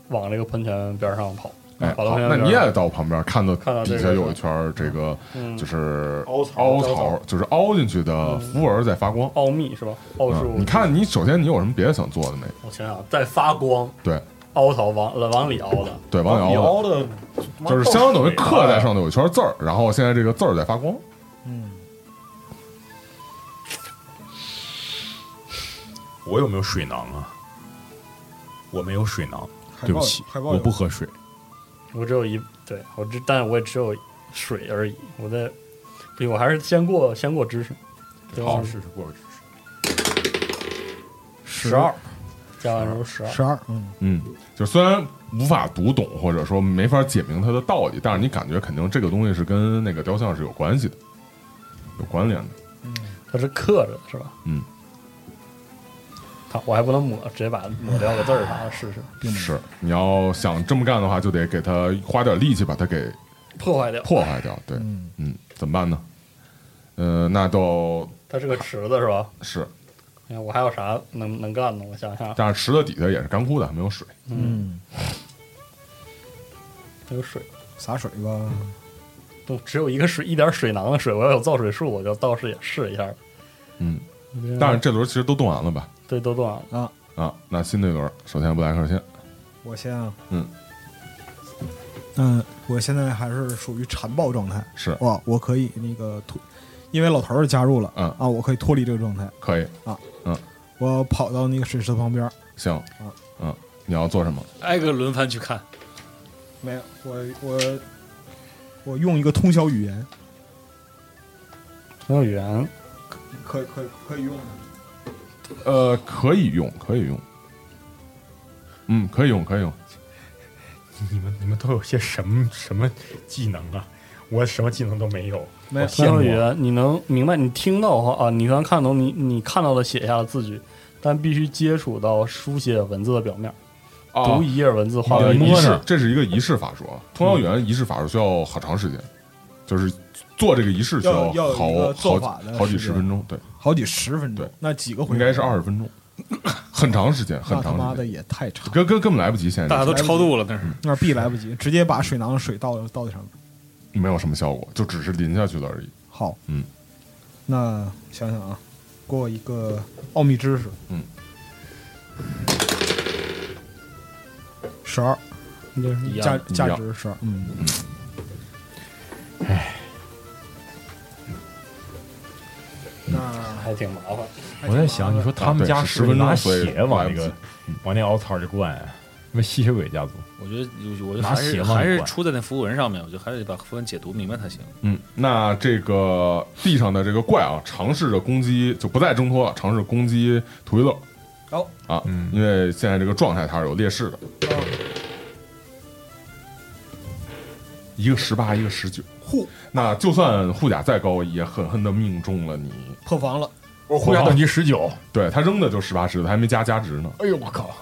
往这个喷泉边上跑。哎，好的好，朋友那圈你也到旁边看到看到这底个下有是一圈儿这个嗯就是凹槽凹凹槽槽，就是凹进去的符文在发光。奥秘嗯哦是吧？奥嗯数，你看，你首先你有什么别的想做的没？我想想，在发光，对凹槽往往里凹的，对，往里凹，凹的就是相当等于刻在上头有一圈字儿，然后现在这个字儿在发光。我有没有水囊啊？我没有水囊，海对报不起，海报我有不喝水。我只有一，对我只，但我也只有水而已。我在，不行，我还是先过先过知识，对吧？试试过试试。十二加完之后十二，十二，嗯，嗯，就虽然无法读懂，或者说没法解明它的道理，但是你感觉肯定这个东西是跟那个雕像是有关系的，有关联的。它是刻着的是吧？嗯，它我还不能抹，直接把抹掉个字儿啥的试试，是，你要想这么干的话，就得给它花点力气把它给破坏掉。破坏掉。对，嗯，怎么办呢？呃，那到它是个池子是吧？是，哎呀，我还有啥能能干的？我想想，但是池子底下也是干枯的，还没有水。嗯它有水，洒水吧，都只有一个水，一点水囊的水。我要有造水术，我就倒是也试一下。嗯，但是这轮其实都动完了吧？对，都多少？啊，那新的一轮，首先布莱克先，我先啊，嗯，嗯，我现在还是属于缠抱状态，是哇，我可以那个脱，因为老头儿加入了，嗯啊，我可以脱离这个状态，可以，我跑到那个水池旁边儿，行，嗯，你要做什么？挨个哎轮番去看，没有，我我我用一个通宵语言，很有缘，可可可以用吗？呃，可以用，可以用，嗯，可以用，可以用。你们你们都有些什么什么技能啊？我什么技能都没有，没有很有羡慕啊缘。你能明白？你听到的话啊，你能看懂你你看到的写下的字句，但必须接触到书写文字的表面，读一页文字化为呃一仪幕。式，这是一个仪式法术啊。通宵园仪式法术需要好长时间，就是做这个仪式需要要有一个好做好法的好几时十间分钟，对，好几十分钟对，那几个回应该是二十分钟，很长时间，很那他长妈时的间，也太长，根根根本来不及，现在大家就都超度了，那是那必来不及，直接把水囊的水倒倒在上面。没有什么效果，就只是淋下去了而已。好，嗯，那想想啊，给我一个奥秘知识，嗯，十二，一价样。价值十二，嗯，哎，还挺麻烦。那我在想，你说他们啊家对是不是拿十分钟所以血往那来个不往那凹槽里灌啊？什么吸血鬼家族？我觉得，我觉得拿还是血往里还是灌出在那符文上面，我觉得还得把符文解读明白才行。嗯，那这个地上的这个怪啊，尝试着攻击，就不再挣脱了，尝试攻击图一乐。哦啊，因为现在这个状态它是有劣势的。一个十八，一个十九，护。那就算护甲再高，也狠狠的命中了你。破防了，我护甲等级十九，对他扔的就十八十的，还没加加值呢。哎嗯呦我靠！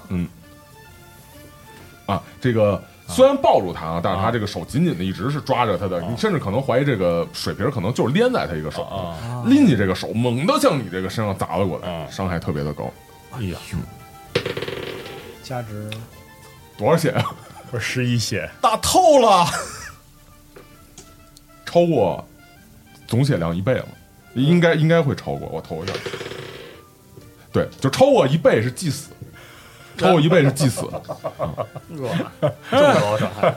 啊，这个虽然抱住他啊，但是他这个手紧紧的一直是抓着啊他的，你甚至可能怀疑这个水瓶可能就是连在他一个手啊上，拎起这个手猛地向你这个身上砸了过来，伤害特别的高。哎呀，价值多少血啊？我十一血，打透了， 超过总血量一倍了，应该应该会超过。我投一下，对，就超过一倍是祭死，超过一倍是祭死。嗯 这么高伤害，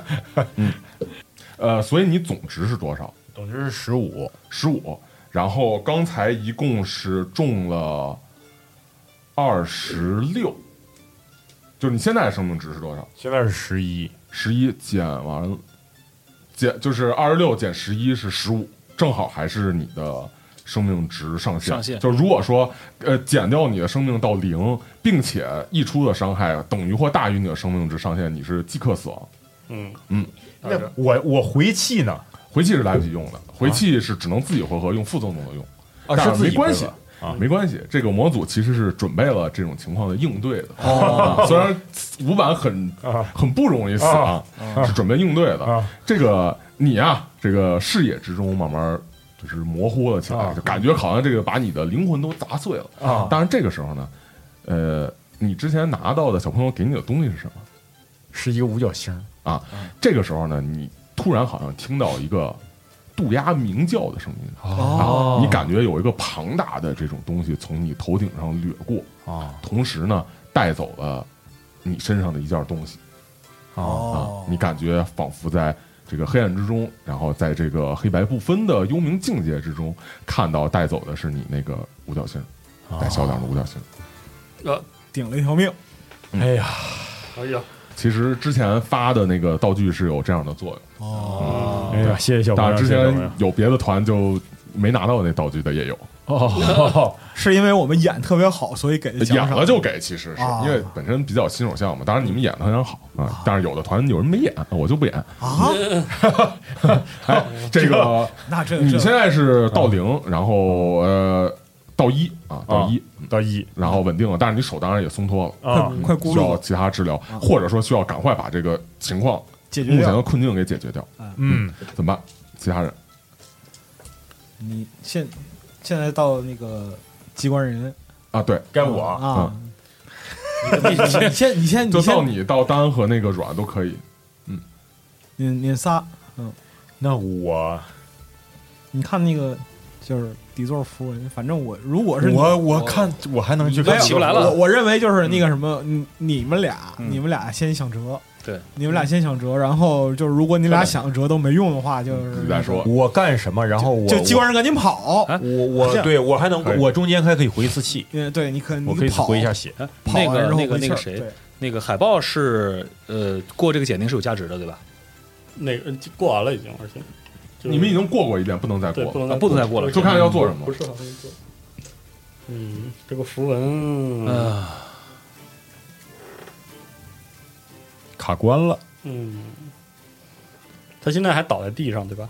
呃，所以你总值是多少？总之是十五。十五。然后刚才一共是中了二十六，就是你现在的生命值是多少？现在是十一，十一减完了，减就是二十六减十一是十五，正好还是你的生命值上限。上限就如果说呃减掉你的生命到零，并且溢出的伤害等于或大于你的生命值上限，你是即刻死亡。嗯嗯，那我我回气呢？回气是来不及用的，回气是只能自己回合用副作用的用，啊但是没关系自己啊没关系。这个模组其实是准备了这种情况的应对的，哦啊 虽然五版很很不容易死啊，是准备应对的啊。这个你啊，这个视野之中慢慢。就是模糊了起来，啊就感觉好像这个把你的灵魂都砸碎了啊当然，这个时候呢，呃，你之前拿到的小朋友给你的东西是什么？是一个五角星，啊。这个时候呢，你突然好像听到一个渡鸦鸣叫的声音，哦啊，你感觉有一个庞大的这种东西从你头顶上掠过，哦啊同时呢带走了你身上的一件东西啊，你感觉仿佛在这个黑暗之中，然后在这个黑白不分的幽冥境界之中，看到带走的是你那个五角星，带小点的五角星。顶了一条命。哎呀，哎呀，其实之前发的那个道具是有这样的作用，哎呀，谢谢小朋但友，是之谢谢小朋前友有别的团就没拿到那道具的也有，哦，是因为我们演特别好，所以给的奖演赏了就给，其实是啊因为本身比较新手项目，当然你们演的非常好啊，但是有的团有人没演，我就不 演。啊，哎，这个那这你这现在是到零，然后呃到一啊，到一，到一然后稳定了，但是你手当然也松脱了。嗯啊，快需咕噜要了其他治疗，或者说需要赶快把这个情况解决目前掉的困境给解决掉，嗯，怎么办？其他人你现现在到那个机关人啊，对，该我啊啊，嗯你你你先你先 就你到先你到丹和那个软都可以。你你仨，嗯，那我你看那个就是底座符文，反正我如果是你我我看我还能去没看有起不来了嗯我我认为就是那个什么，你你们俩，你们俩先想辙。对，你们俩先想辙，然后就是如果你俩想辙都没用的话，就是嗯你再说，我干什么，然后我就机关人赶紧跑。啊我我这样对我还能可以我中间还可以回一次气，嗯，对，你可我你可以跑回一下，血，跑那完个之后那个没那气儿个谁，对那个海报是呃过这个检定是有价值的，对吧？那个就过完了已经，而且就是你们已经过过一遍，不能再对过不了。能再啊不能再过了就看要做什么不是不能做。嗯，这个符文，嗯啊，卡关了，嗯，他现在还倒在地上，对吧？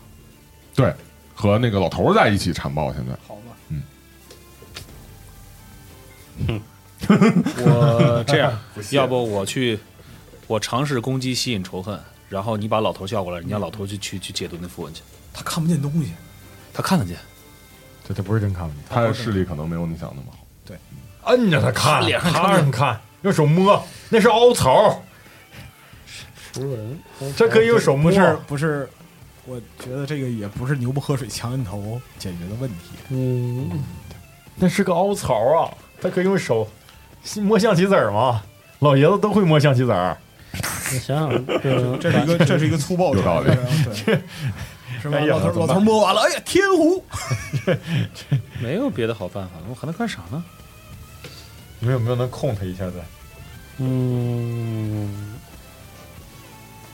对，和那个老头儿在一起缠抱，现在好吧， 我这样，要 不我去，我尝试攻击吸引仇恨，然后你把老头叫过来，你让老头去去去解读那符文去，他看不见东西。他看得见，这这不是真看不见，他的视力可能没有你想那么好。摁着他看，脸上看看着看，用手摸，那是凹槽，符文，这可以用手摸不，是不是，我觉得这个也不是牛不喝水强摁头解决的问题。嗯，那是个凹槽啊，他可以用手摸象棋子儿吗？老爷子都会摸象棋子儿，我想想，这个这是一个这是一个粗暴有道理程度上哦对，是吧？哎呀老头怎么老办头摸完了，哎呀，天胡！没有别的好办法了，我还能干啥呢？你们有没有能控他一下的？嗯，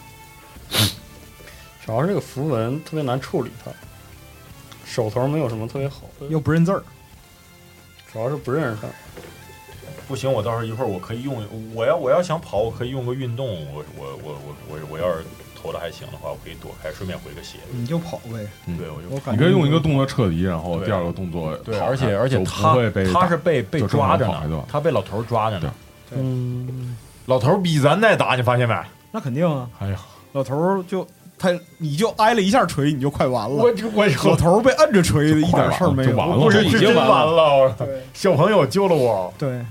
主要是这个符文特别难处理它，手头没有什么特别好的，又不认字儿，主要是不认识它。不行，我到时候一会儿我可以用，我要我要想跑，我可以用个运动，我我我我我我要是投的还行的话，我可以躲开，顺便回个血。你就跑呗。对，我就我感觉你可以用一个动作彻底，然后对第二个动作跑对，开而且而且就他不会被他打是被被就正抓常着跑就呢完，他被老头儿抓着呢。嗯，老头儿比咱耐打，你发现没？那肯定啊，哎呀，老头儿就他你就挨了一下锤，你就快完了。这我老头儿被摁着锤的，一点事儿没有。就完了不是已这经真完完了，对小朋友救了我。对，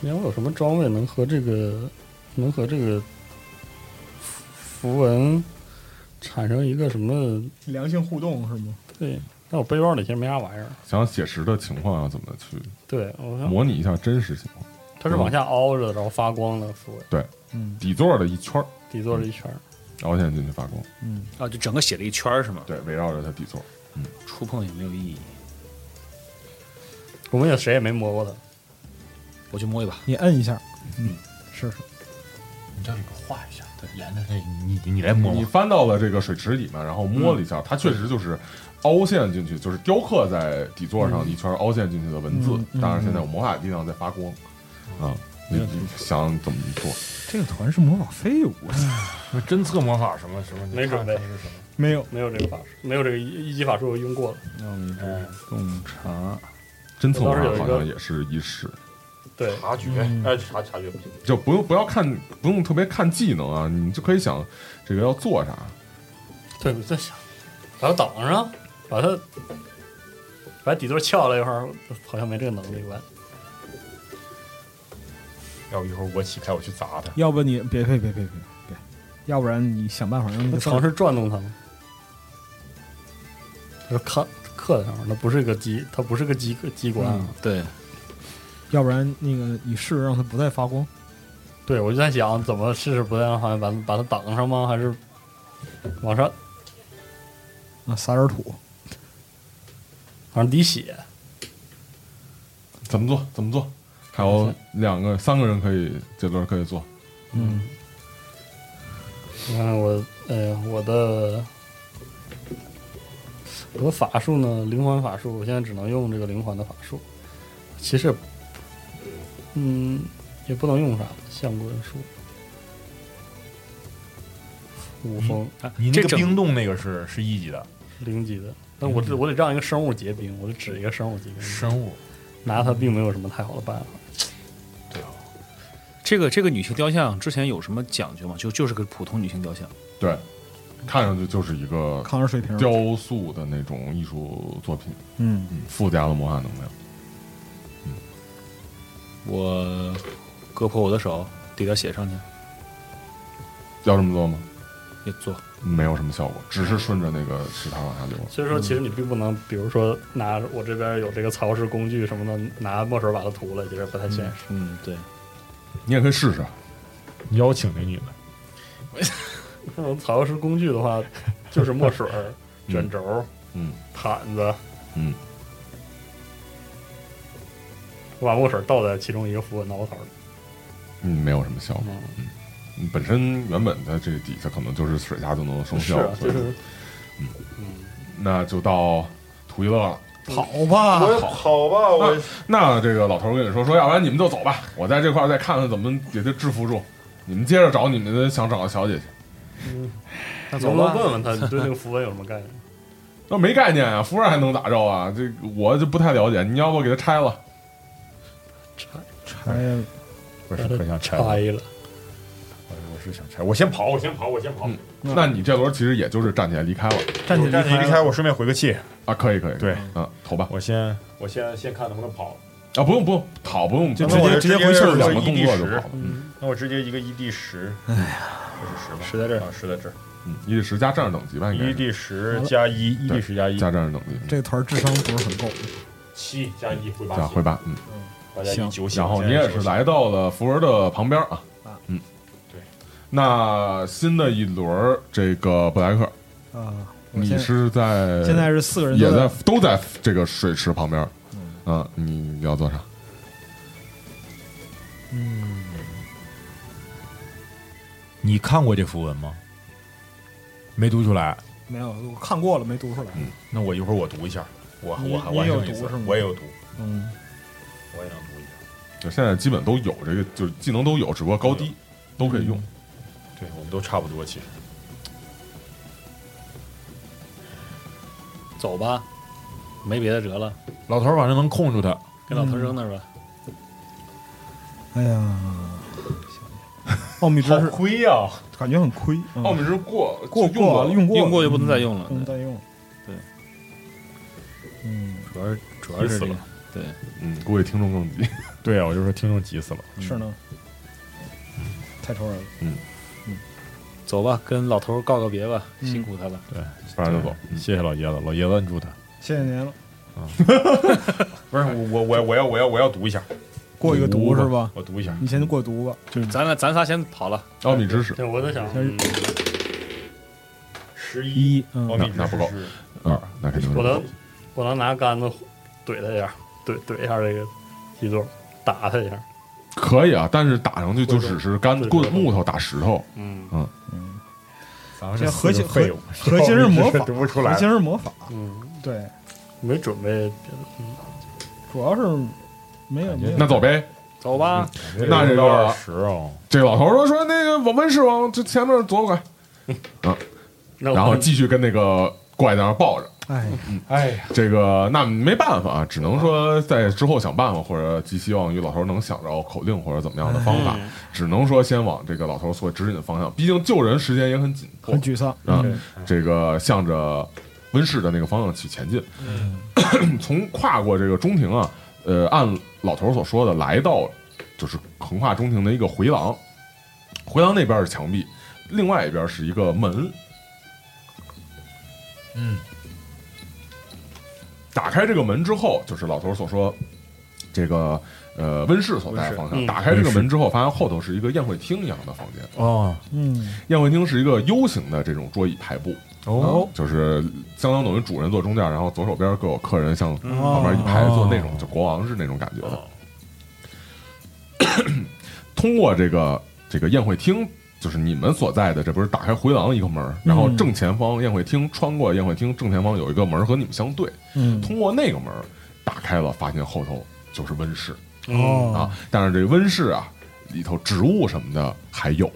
你看我有什么装备能和这个能和这个符符文产生一个什么？良性互动是吗？对，但我背包里其实没啥玩意儿。想写实的情况要啊怎么去对，我想模拟一下真实情况。它是往下凹着，然后发光的符文，嗯底座的一圈儿，底座是一圈儿。然后现在进去发光，嗯，啊，就整个写了一圈儿是吗？对，围绕着它底座。触碰也没有意义，我们也谁也没摸过它。我去摸一把。你摁一下，嗯，试试。你这里给我画一下，对，连着那，你你来摸你摸。翻到了这个水池里面，然后摸了一下，它确实就是凹陷进去，就是雕刻在底座上一圈凹陷进去的文字嗯。嗯当然，现在有魔法力量在发光，啊，你你想怎么做？这个团是魔法废物，啊侦测魔法什么什么，你没准看备看是什么没有没有这个法术，没有这个一一级法术我用过了。哎洞察，侦测魔我倒是法有一啊好个像也是一式，对，察觉，哎，察察觉不行。就不用不要看，不用特别看技能啊，你就可以想这个要做啥。对，我在想，把它挡上，把它把底座撬了一会儿，好像没这个能力吧？要不一会儿我起开，我去砸他。要不你别别别别别别，要不然你想办法让那他个字尝试转动它吗？他看刻在上面，它不是个机，它不是个机机关啊。对，要不然那个你试着让它不再发光。对，我就在想怎么试试不再让好像把把它挡上吗？还是往上啊，撒点土，往上滴血？怎么做？怎么做？还有两个、三个人可以这轮可以做。嗯，你看我，呃，我的呃我的法术呢？灵环法术，我现在只能用这个灵环的法术。其实，嗯，也不能用啥相棍术。武嗯风你那这个整冰冻那个是是一级的零级的，但我得我得让一个生物结冰，我就指一个生物结冰，生物，拿它并没有什么太好的办法。这个这个女性雕像之前有什么讲究吗？就就是个普通女性雕像，对，看上去就是一个抗日水平，雕塑的那种艺术作品，嗯，嗯，附加了魔法能量。我割破我的手，滴点血上去，要这么做吗？也做。没有什么效果，只是顺着那个石台往下流。所以说，其实你并不能，比如说拿我这边有这个曹氏工具什么的，拿墨水把它涂了，其实不太现实。嗯，对，你也可以试啊试，邀请那女的，那种草药师工具 的话，就是墨水儿、嗯卷轴儿、嗯毯子，嗯，我把墨水倒在其中一个符文挠头儿里。嗯，没有什么效果。嗯，本身原本在这个底下可能就是水下就能生是效，啊，所就以嗯是那就到图一乐了。跑吧，我跑吧，我那这个老头儿跟你说说，要不然你们就走吧，我在这块儿再看看怎么给他制服住。你们接着找你们想找的小姐去。能不能问问他你对那个符文有什么概 念？那没概念啊，夫人还能咋着啊？这我就不太了解。你要不给他拆了？哎呀，不是很想拆，拆了，我是想拆，我先跑，我先跑，我先跑，嗯那你这轮其实也就是站起来离开了站起我来站离起来离开开，我顺便回个嗯气，啊？可以可以，对啊，投吧我先我先先看能不能跑，啊，不用不用，跑不用，就不直用接我直接直接回气就儿，是两我个一动滴作就十好，了。嗯那我直接一个一 d 十，哎呀，这是十吧？实在这儿啊，十在这儿，嗯，一十加战士等级吧，应一该是 d 十加一，一 d 十加一，加战士等级，这个团儿智商不是很够，七加一回加八，回八，嗯。八加一行九血，然后你也是来到了福文的旁边啊啊，嗯，对。那新的一轮儿这个布莱克，啊，我你现是在现在是嗯四个人也都在都在这个水池旁边，啊，你要做啥？你看过这符文吗？没读出来，没有，我看过了没读出来，那我一会儿我读一下，我你我还你我还有剩一读次是吗我也有读，嗯，我也能读一下。就现在基本都有这个，就是技能都有，只不过高低都可以嗯用。对，我们都差不多，其实走吧，没别的辙了，老头儿反正能控住他，给老头扔那儿吧。哎呀，奥秘知识亏呀！感觉很亏，嗯奥秘 之过过就用过了用过用过就不能再嗯用了不能对再用了，对，嗯，主要是主要是这个，嗯，估计听众更急。对啊，我就说听众急死了。嗯是呢，太愁人了，走吧，跟老头告个别吧，辛苦他了。不然就走。谢谢老爷子，老爷子摁住他。谢谢您了，不是我我我我要我要我要读一下，过一个毒是吧？我读一下，你先过毒吧，就是咱俩咱仨先跑了，奥秘知识，对，我在想，嗯十一，奥哦嗯，秘知识那那不够是啊，那肯 定是我能我能拿杆子怼他一下，怼怼一下这个基座，打他一下。可以啊，但是打上去就只是干对对棍对木头打石头，嗯咱们这核心四个废物， 核心 哦是魔法，读不出核来。心是魔法，嗯，对，没准备主要是没有没有，那走呗。走吧。嗯那这个到二十哦，这老头说说那个我温室往这前面左拐，嗯别的，然然后继续跟那个怪在那儿抱着。嗯哎，哎呀，这个那没办法啊，只能说在之后想办法，或者寄希望于老头能想着口令或者怎么样的方法，嗯只能说先往这个老头所指引的方向。毕竟救人时间也很紧迫很沮丧，啊，嗯这个向着温室的那个方向去前进。嗯 从跨过这个中庭啊，呃，按老头所说的，来到就是横跨中庭的一个回廊，回廊那边是墙壁，另外一边是一个门。嗯，打开这个门之后，就是老头所说这个呃温室所在的方向。温室嗯打开这个门之后，发现后头是一个宴会厅一样的房间。哦嗯，宴会厅是一个 U 型的这种桌椅排布，哦啊，就是相当等于主人坐中间，然后左手边各有客人向旁边一排坐那种，就国王是那种感觉的。 通过这个这个宴会厅，就是你们所在的，这不是打开回廊一个门儿，然后正前方宴会厅，穿过宴会厅正前方有一个门儿和你们相对，嗯通过那个门儿打开了，发现后头就是温室哦啊，但是这个温室啊里头植物什么的还有，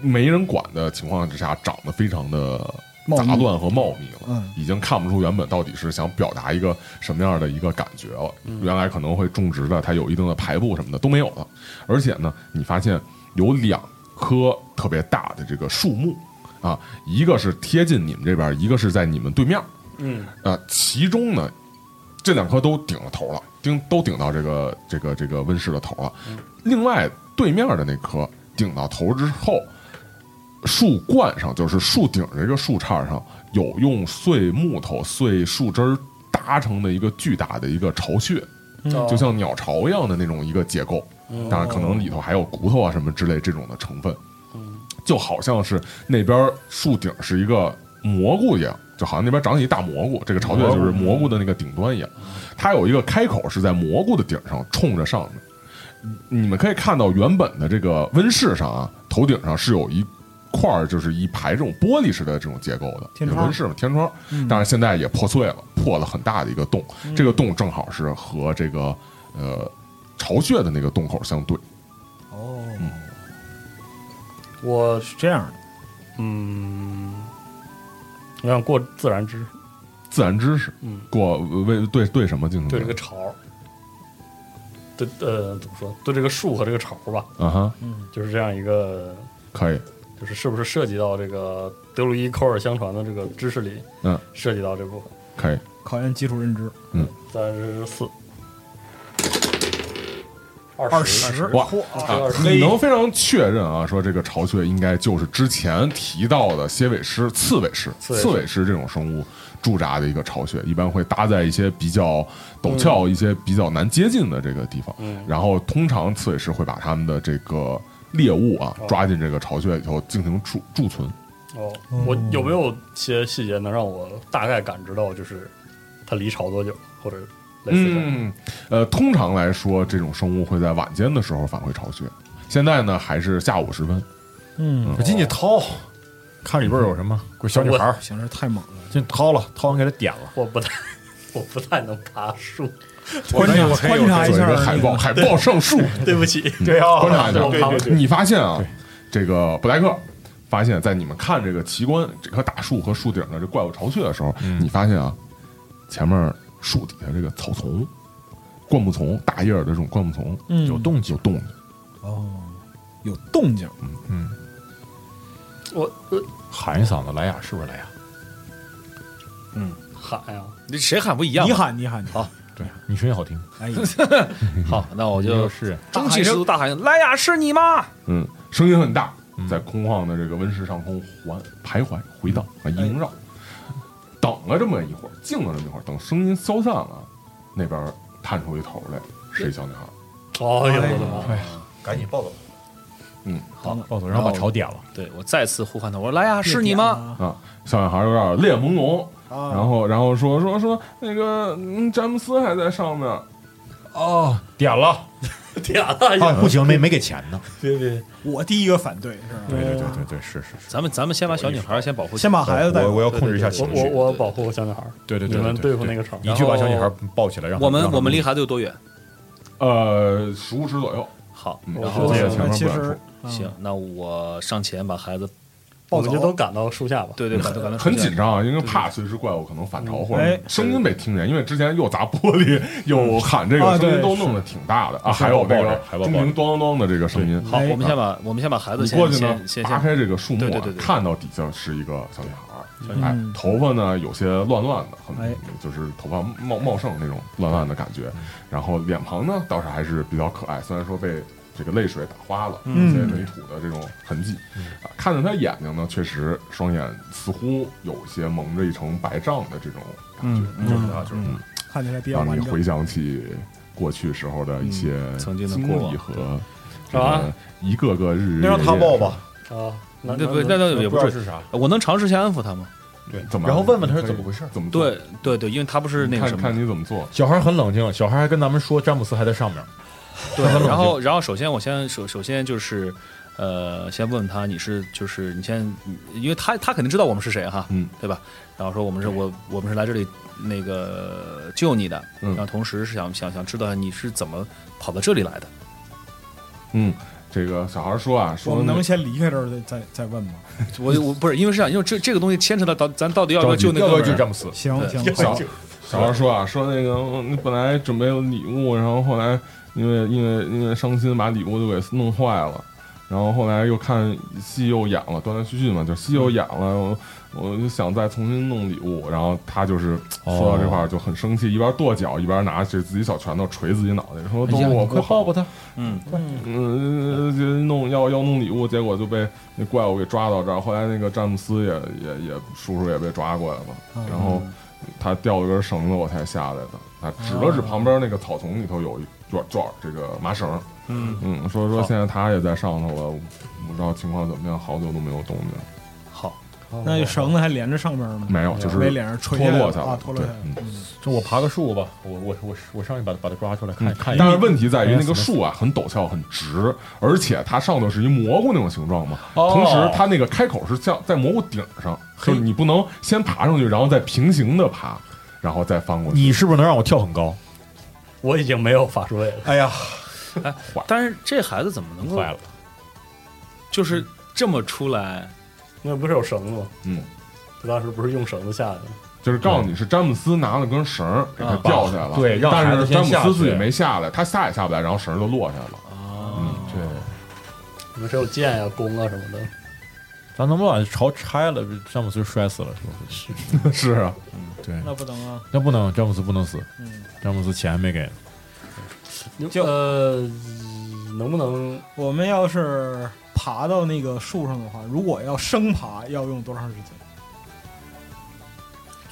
没人管的情况之下，长得非常的茂密杂乱和茂密了。嗯已经看不出原本到底是想表达一个什么样的一个感觉了。嗯原来可能会种植的，它有一定的排布什么的都没有了。而且呢，你发现有两棵特别大的这个树木啊，一个是贴近你们这边，一个是在你们对面。嗯，啊，其中呢，这两棵都顶了头了，顶都顶到这个这个这个温室的头了。另外对面的那棵顶到头之后，树冠上就是树顶这个树杈上有用碎木头、碎树枝儿搭成的一个巨大的一个巢穴，就像鸟巢一样的那种一个结构。当然，可能里头还有骨头啊什么之类这种的成分。就好像是那边树顶是一个蘑菇一样，就好像那边长起一大蘑菇，这个巢穴就是蘑菇的那个顶端一样。它有一个开口是在蘑菇的顶上冲着上面。你们可以看到原本的这个温室上啊，头顶上是有一块儿就是一排这种玻璃式的这种结构的天有窗温室嘛天窗，嗯但是现在也破碎了，破了很大的一个洞。这个洞正好是和这个呃巢穴的那个洞口相对。我是这样的，嗯，我想过自然之自然知识，嗯，过为对对什么进行对了这个巢儿，对呃怎么说？对这个树和这个巢儿吧，啊哈，就是这样一个，可以，就是是不是涉及到这个德鲁伊口耳相传的这个知识里，嗯，涉及到这部分。可以，考验基础认知，三十四，二二十哇啊你能非常确认啊，说这个巢穴应该就是之前提到的蝎尾狮、刺尾狮、刺猬狮刺尾狮这种生物驻扎的一个巢穴，一般会搭在一些比较陡峭、一些比较难接近的这个地方。嗯然后通常刺尾狮会把它们的这个猎物啊抓进这个巢穴里头进行贮贮存。哦，我有没有些细节能让我大概感知到，就是它离巢多久，或者类似这样？嗯，呃，通常来说，这种生物会在晚间的时候返回巢穴。现在呢，还是下午时分。嗯，我进去掏，看里边有什么，给小女孩儿行，这太猛了，进去掏了，掏完给她点了。我不太，我不太能爬树，观察观察一做一下个海报，，海报上 树，对不起，对啊，观察一下。对对对，你发现啊，这个布莱克发现，在你们看这个奇观这棵大树和树顶的这怪物巢穴的时候，嗯你发现啊，前面树底下这个草丛、灌木丛、大叶儿的这种灌木丛嗯有动静，有动静。有动静，我呃喊一嗓子，莱雅是不是莱雅？喊呀，你谁喊不一样你嘛？喊你喊，好，对你声音好听，哎，好，那我就就是中气十足大喊：“莱雅是你吗嗯，声音很大，嗯在空旷的这个温室上空环徘徊回荡嗯啊，萦绕。等了这么一会儿，静了这么一会儿，等声音消散了，那边探出一头来，是一小女孩。哦呦我的妈！赶紧抱走，嗯，好抱走，然后把巢点了。？”对我再次呼唤他，我说：“莱雅是你吗啊，小女孩有点泪眼朦胧，啊？然后然后说说说那个嗯，詹姆斯还在上面。哦，点了，天啊，不行，没没给钱呢。别别，我第一个反对是吧？对对对对对，是是？”是，咱们咱们先把小女孩先保护起先来，把孩子带我走，我要控制一下情绪。我我我保护小女孩儿，对对你对，们对对付那个巢，一句把小女孩抱起来，让她我们让她我们离孩子有多远？呃，十五尺左右。好，嗯我然我后我这个前那面其不敢实说，行，那我上前把孩子，嗯我们就都赶到树下吧。对对，把他赶到很出去紧张啊，因为怕随时怪物可能反潮或哎者声音被听见，因为之前又砸玻璃又喊这啊个声对音都弄得挺大的啊，是还有那还有抱个着还有抱钟着鸣咣当的这个声音。好，哎我们先把我们先把孩子你先过去呢先，先扒先开这个树木对对啊对，对看到底下是一个小女孩儿，哎嗯，头发呢有些乱乱的，哎很就是头发茂茂盛那种乱乱的感觉，然后脸庞呢倒是还是比较可爱，虽然说被这个泪水打花了，嗯一些泥土的这种痕迹。啊，看着他眼睛呢，确实双眼似乎有一些蒙着一层白障的这种感觉，嗯就是他，就是他看起来比较让完你整。回想起过去时候的一些嗯曾经的经过往历和这啊个一个个日日那让他夜抱夜吧，啊，那那那不那那也不不知道是，是啥。我能尝试先安抚他吗？怎么，然后问问他是怎么回事怎么做对对对，因为他不是那个看什么看，你怎么做。小孩很冷静，小孩还跟咱们说詹姆斯还在上面。 对，然后然后首先我先首首先就是，呃，先问问他你是就是你先，因为他他肯定知道我们是谁哈，嗯，对吧？然后说我们是我我们是来这里那个救你的，嗯然后同时是想想想知道你是怎么跑到这里来的。嗯，这个小孩说啊，我说们能先离开这儿再再再问吗？我我不是因为是这样，因为这这个东西牵扯到到咱到底要不要救那要个不要人救詹姆斯？行对 行，小小孩说啊，说那个嗯你本来准备了礼物，然后后来因为因为因为伤心把礼物都给弄坏了，然后后来又看戏又演了，断断续续嘛，就戏嗯又演了，我我就想再重新弄礼物，然后他就是哦说到这块儿就很生气，一边跺脚一边拿着自己小拳头捶自己脑袋，哎说都是我不好，他。嗯，嗯，就弄要要弄礼物，结果就被那怪物给抓到这儿。后来那个詹姆斯也也也叔叔也被抓过来了，嗯然后他掉了根绳子，我才下来的。他指了指旁边那个草丛里头有一卷卷儿这个麻绳，嗯嗯，说说现在他也在上头了，不知道情况怎么样，好久都没有动静，好，那绳子还连着上边呢，没有，就是没连着垂脱下落来下啊，来，脱落对下来。嗯这我爬个树吧，我我我我上去把他把他抓出来看看一眼。哎嗯但是问题在于那个树啊，很陡峭，很直，而且它上头是一蘑菇那种形状嘛。哦同时，它那个开口是像在蘑菇顶上，就是你不能先爬上去，然后再平行的爬，然后再翻过去。你是不是能让我跳很高？我已经没有法术位了，哎呀，但是这孩子怎么能够坏了！就是这么出来？那不是有绳子吗？嗯，他当时不是用绳子下的吗，就是告诉你是詹姆斯拿了根绳儿给它啊掉下来了，对让孩但子是先詹姆下斯自己去没下来，他下也下不来，然后绳儿就落下来了。啊嗯，对，你们只有剑呀、弓啊什么的。咱能不能把这巢拆了？詹姆斯摔死了是不是？是啊，对，那不能啊，那不能，詹姆斯不能死。嗯，詹姆斯钱还没给呢，就呃，能不能我们要是爬到那个树上的话，如果要生爬，要用多长时间？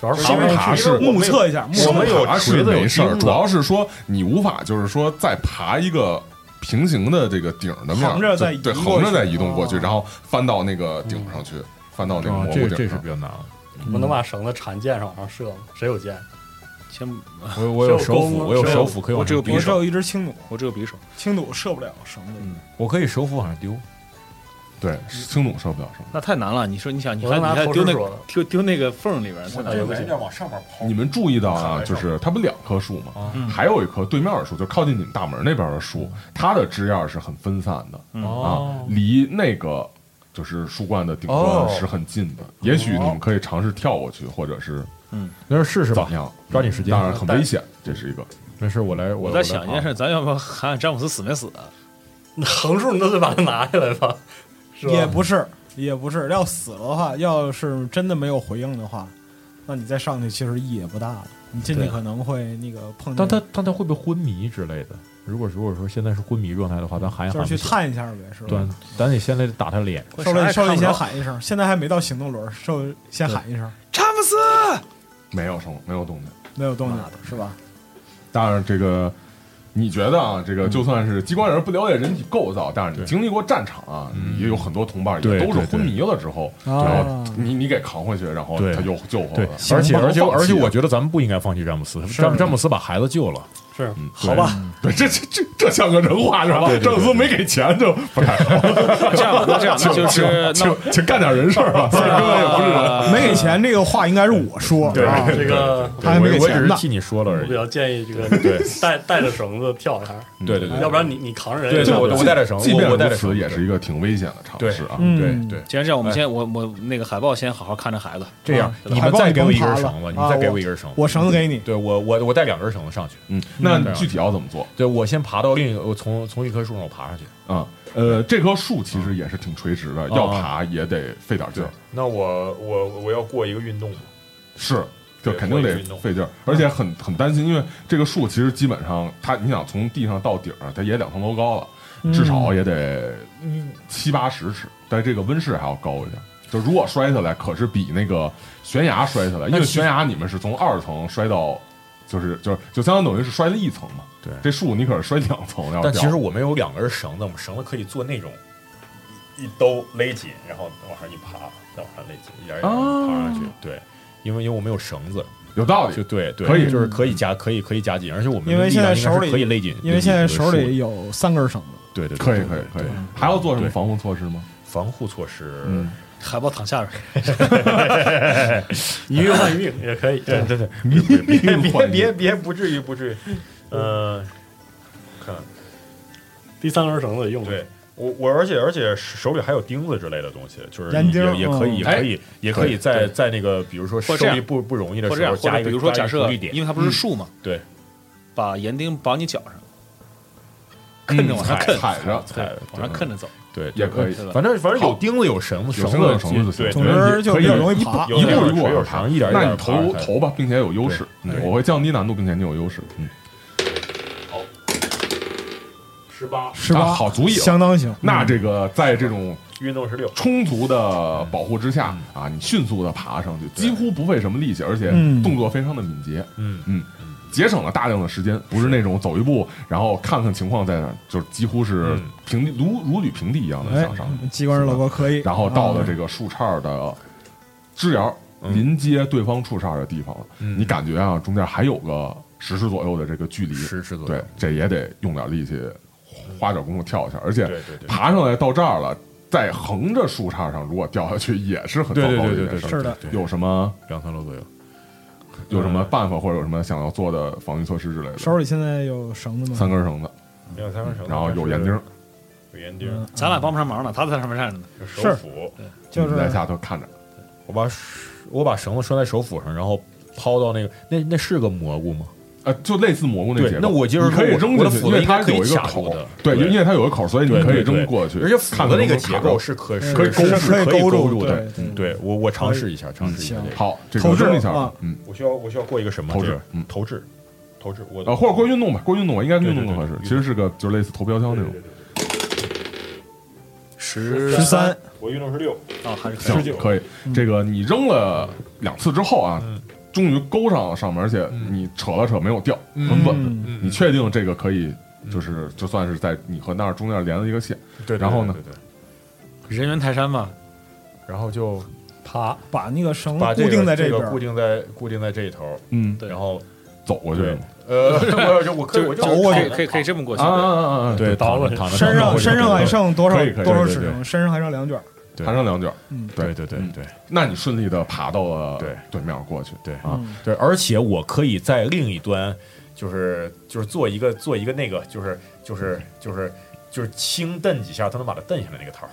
主要爬不爬是目测一下，目测生我们有爬是锤子有没事钉儿，子主要是说你无法就是说再爬一个平行的这个顶儿的面儿，横着就再移对过横着去再移动过去，哦然后翻到那个顶上去，翻到那个啊蘑，这菇顶个上。这是比较难了。我能把绳子缠箭上往上射吗？谁有箭？先我我有是有手斧，弓我有是有手斧可以往我只有上匕丢我首只有一只青弩，我只有匕首，青弩射不了绳子。嗯我可以手斧往上丢。对，青弩射不了什么。那太难了。你说你啊想，你我还你能拿还投丢石那说了丢丢那个缝儿里边儿，太难这了。个要往上面抛你们注意到啊，就是它不两棵树嘛，嗯还有一棵对面的树，就靠近你们大门那边的树，它的枝桠是很分散嗯的啊哦，，离那个就是树冠的顶哦端是很近的。也许你们可以尝试跳过去，或者是嗯没事试试怎吧么，样，抓紧时间当然很危险，这是一个。没事我来我我来啊在想一件事，咱要不要喊喊詹姆斯死没死啊？横竖你都得把它拿下来吧，是吧？也不是，也不是，要死了的话，要是真的没有回应的话，那你再上去其实意义也不大了。你进去对可能会那个碰但见，他但他会不会昏迷之类的？如果如果说现在是昏迷状态的话，咱喊一就喊是不去嗯行，探一下呗，是对吧？，咱得先得打他脸。受累受累，啥也看先不着喊一声，现在还没到行动轮，受累先喊一声，詹姆斯，没有声，没有动静。没有动静是吧？当然，这个你觉得啊，这个就算是机关人不了解人体构造，但是你经历过战场啊，你也有很多同伴也嗯对都是对昏迷了之后，啊然后你你给扛回去，然后对他又救活对了。，而且不能而且放弃啊而且，我觉得咱们不应该放弃詹姆斯。詹詹姆斯把孩子救了，是嗯好吧？对，这这这这像个人话是吧？詹姆斯没给钱就不太 好，这样吧这样，那就是那请请干点人事儿 吧，虽然根 本也不是啊人。啊没给钱这个话应该是我说，对啊这个他还没给我我只钱是呢。替你说了我而比已。较建议这个对 带带着绳子跳一下，嗯对对对，要不然你你扛着人对也对上不我了我带着绳即便我我带着如此，绳也是一个挺危险的尝试啊。对嗯对，既然这样，我哎们先我我那个海豹先好好看着孩子。这样啊你们再给我一根还绳帮子，你们你爬了啊再给我一根绳子。我绳子给你，对我我我带两根绳子上去。嗯，那具体要怎么做？对我先爬到另一个，我从从一棵树上我爬上去。啊，呃，这棵树其实也是挺垂直的，啊要爬也得费点劲儿。那我我我要过一个运动嘛？是，就对肯定过于得运动嗯费劲儿，而且很很担心，因为这个树其实基本上它，你想从地上到顶儿，它也两层楼高了。嗯至少也得七八十尺，但这个温室还要高一点。就如果摔下来，可是比那个悬崖摔下来，因为悬崖你们是从二层摔到，就是就是就相当等于是摔了一层嘛。对这树你可是摔两层要掉。但其实我们有两根绳子，我们绳子可以做那种一兜勒紧，然后往上一爬，再往上勒紧，一点一点爬上去。哦对，因为因为我们有绳子，有道就理，对对，可以就是可以加可以可以加紧，而且我们因为力现在量应该手是里可以勒紧，因为现在勒紧这个手树里有三根绳子，对对对可以对可以可以对。还要做什么对防护措施吗？防护措施，嗯 海豹躺下边， 你约换运也可以。对对对，别别别别别，不至于不至于。呃，看第三根绳子也嗯用对我我，而且而且手里还有钉子之类的东西，就是粘钉儿也也可以也嗯可以也可以在在那个比如说或受者这样力不不容易的或者这时样，候加或者一个比如说假设加一个着力，因点，嗯为它不是树嘛，对，把岩钉绑你脚上，啃着往上啃，踩着嗯踩着往上啃着走，对也可以。对吧？反正反正有钉子有绳子有绳子有绳子就行对，总对之就比较容易爬。有一点步儿一步水有往长上一点儿一点儿那你投爬投吧，并且有优势，嗯对我会降低难度，并且你有优势。嗯，十八是吧？啊好足以了相当行。那这个在这种运动十六，充足的保护之下嗯啊，你迅速的爬上去，几乎不费什么力气，而且嗯动作非常的敏捷，嗯嗯，节省了大量的时间，不是那种走一步然后看看情况再，就是几乎是嗯平地如如履平地一样的哎向上，，机关人老哥可以。然后到了啊这个树杈的枝芽儿嗯临接对方树杈的地方了，嗯你感觉啊中间还有个十尺左右的这个距离，十十左右对，，这也得用点力气，花点功夫跳一下，而且对对对爬上来到这儿了，再横着树杈上，如果掉下去也是很糟糕的一件事儿。是的对嗯有什么两三楼左右，有什么办法，或者有什么想要做的防御措施之类的？手里现在有绳子吗？嗯三根绳子，嗯两三根绳子，然后有岩钉儿，，有岩钉儿，嗯咱俩帮不上忙呢，他在上面站着呢。有手是斧，就是你在下头看着。我把手我把绳子拴在手斧上，然后抛到那个那那是个蘑菇吗？呃，就类似蘑菇那对结构，那我就是你可以说我扔我进的去，斧因子为应它该可以有一个卡住口的，对，对因为它有一个口，所以你可以扔过去。而且斧看子那看个能不结能构卡是可嗯是可是以勾是可以勾勾住住的嗯对对。对我我尝试一下，尝试一下行这着个。好，这个投掷扔一下啊吧，嗯，我需要我需要过一个什么投掷这个嗯投掷，啊投掷我呃，或者过运动吧，过运动吧，应该对运对动更对合适对。其实是个就是类似投标枪那种，十十三，我运动是六，啊，还是可以行，可以。嗯这个你扔了两次之后啊，终于勾上了上面，而且嗯你扯了扯没有掉，很稳。嗯你确定这个可以，嗯就是就算是在你和那儿中间连了一个线，对，然后呢对对，对人猿泰山嘛，然后就爬把那个绳子把这嗯固个定在这边个固儿，定在固定在这一头，嗯，对然后走过去对了。，呃， 我就我可以我就倒过可以去可以可以这么过去啊，啊啊啊！啊，对倒躺过着去躺着身躺上着身上还剩多少可以可以多少对尺对绳？身上还剩两卷儿，对弹上两卷，嗯，对对对嗯对那你顺利的爬到了对对面过去。对啊，嗯对，而且我可以在另一端，就是就是做一个做一个那个，就是就是就是就是轻蹬几下，它能把它蹬下来那个套儿。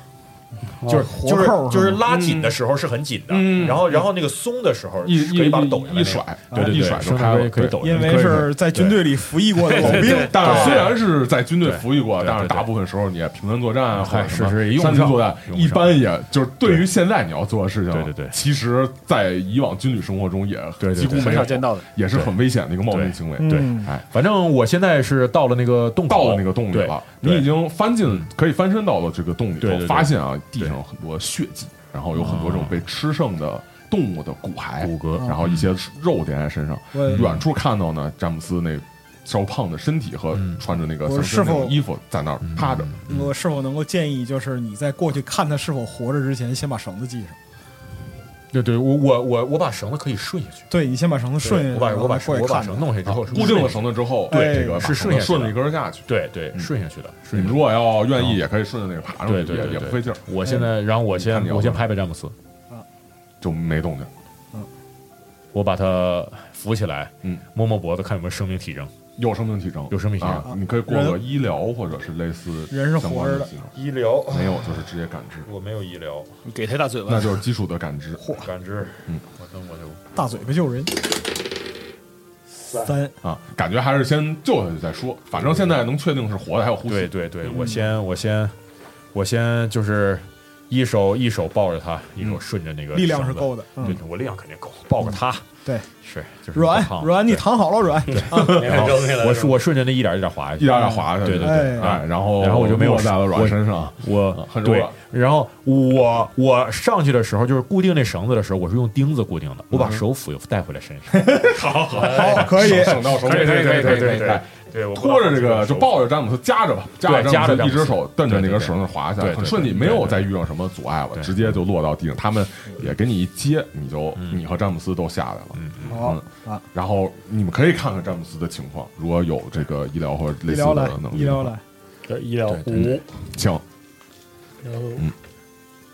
就是嗯啊活就是扣儿就是是吗拉紧的时候是很紧的，嗯然后然后那个松的时候一是可以把它抖下来那个，一甩，对对对，一甩就松开开了，可以对抖下来。因为是在军队里服役过的老兵，但是虽然是在军队服役过，对对但是大部分时候你也平原作战啊，或嗨者什么是是也用不山上地作战，用不上一般也就是对于现在你要做的事情，对对对其实，在以往军旅生活中也对对对几乎没有很少见到的，也是很危险的一个冒进行为。对嗯哎，反正我现在是到了那个洞口到了那个洞里对了，你对已经翻进，可以翻身到了这个洞里对对头，对发现啊，地上有很多血迹，然后有很多这种被吃剩的动物的骨骸、骨骼嗯然后一些肉点在身上。我远处看到呢，詹姆斯那稍胖的身体和穿着那个我像是是那否种衣服在那儿趴着。嗯我是否能够建议，就是你在过去看他是否活着之前，先把绳子系上。对对，我我我我把绳子可以顺下去，对你先把绳子顺下去，我把我把然绳后过去我把看绳着。弄下去之后，啊固定了绳子之后，对这个是把顺下绳子去顺的着一根儿下去。对对，嗯顺下去的，你顺下们去如的。果要愿意，也可以顺着那个爬上对去，对也对也对不费劲儿，我现在，然后我看先哎你要我先干嘛拍拍詹姆斯，就没动静。我把他扶起来，嗯，摸摸脖子，看有没有生命体征。有生命体征，有生命体征啊！你可以过个医疗，或者是类似人是相活关着的的技能，医疗，没有就是直接感知，我没有医疗，你给他一大嘴那巴，就是基础的感知。感知，嗯，我真我就大嘴巴救人。三，啊，感觉还是先救下去再说。反正现在能确定是活的，还有呼对吸。对对，我先我先我先就是一手一手抱着他，一手顺着那个力量是绳子够的。对嗯，，我力量肯定够，抱个他。对，是就是软不胖软，你躺好了软。对然后扔下来我顺我顺着那一点一点滑下一去，点点滑下去，对对对哎，然后然后我就没有落在了我阮身上，我很柔对软，然后我我上去的时候就是固定那绳子的时候，我是用钉子固定的，我把手斧又带回来身上，好，可以。省到手里。哎，对，我拖着这个就抱着詹姆斯夹着吧，夹对着夹着詹姆斯一只詹手蹬着那根绳子滑下对来，对很顺利，对没有对再遇上什么阻碍了，对嗯直接就落到地上。他们也给你一接，你就你和詹姆斯都下来了。好啊，然后你们可以看看詹姆斯的情况，如果有这个医疗或医类似疗来的能，力，医疗来，这医疗对五，请，然后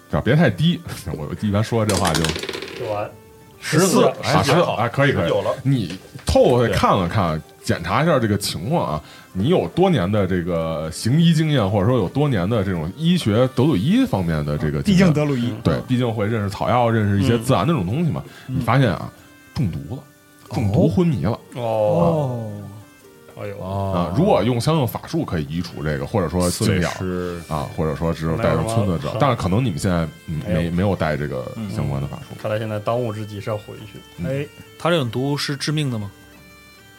只要别太低。我一般说这话就就完，十四啊，是啊，可以可以，哎有了。你透过看了看，检查一下这个情况啊。你有多年的这个行医经验，或者说有多年的这种医学德鲁伊方面的嗯这个经毕验，竟德鲁伊，对，毕竟会认识草药，认识一些自然的这种东西嘛。嗯你发现啊，中毒了，中毒昏迷了、哦，哦，哎呦，啊啊！如果用相应法术可以移除这个，或者说四静位养师啊，或者说只有带上村子者没有什么，但是可能你们现在嗯没有没没有带这个嗯相关的法术，看来现在当务之急是要回去，哎，他这种毒是致命的吗？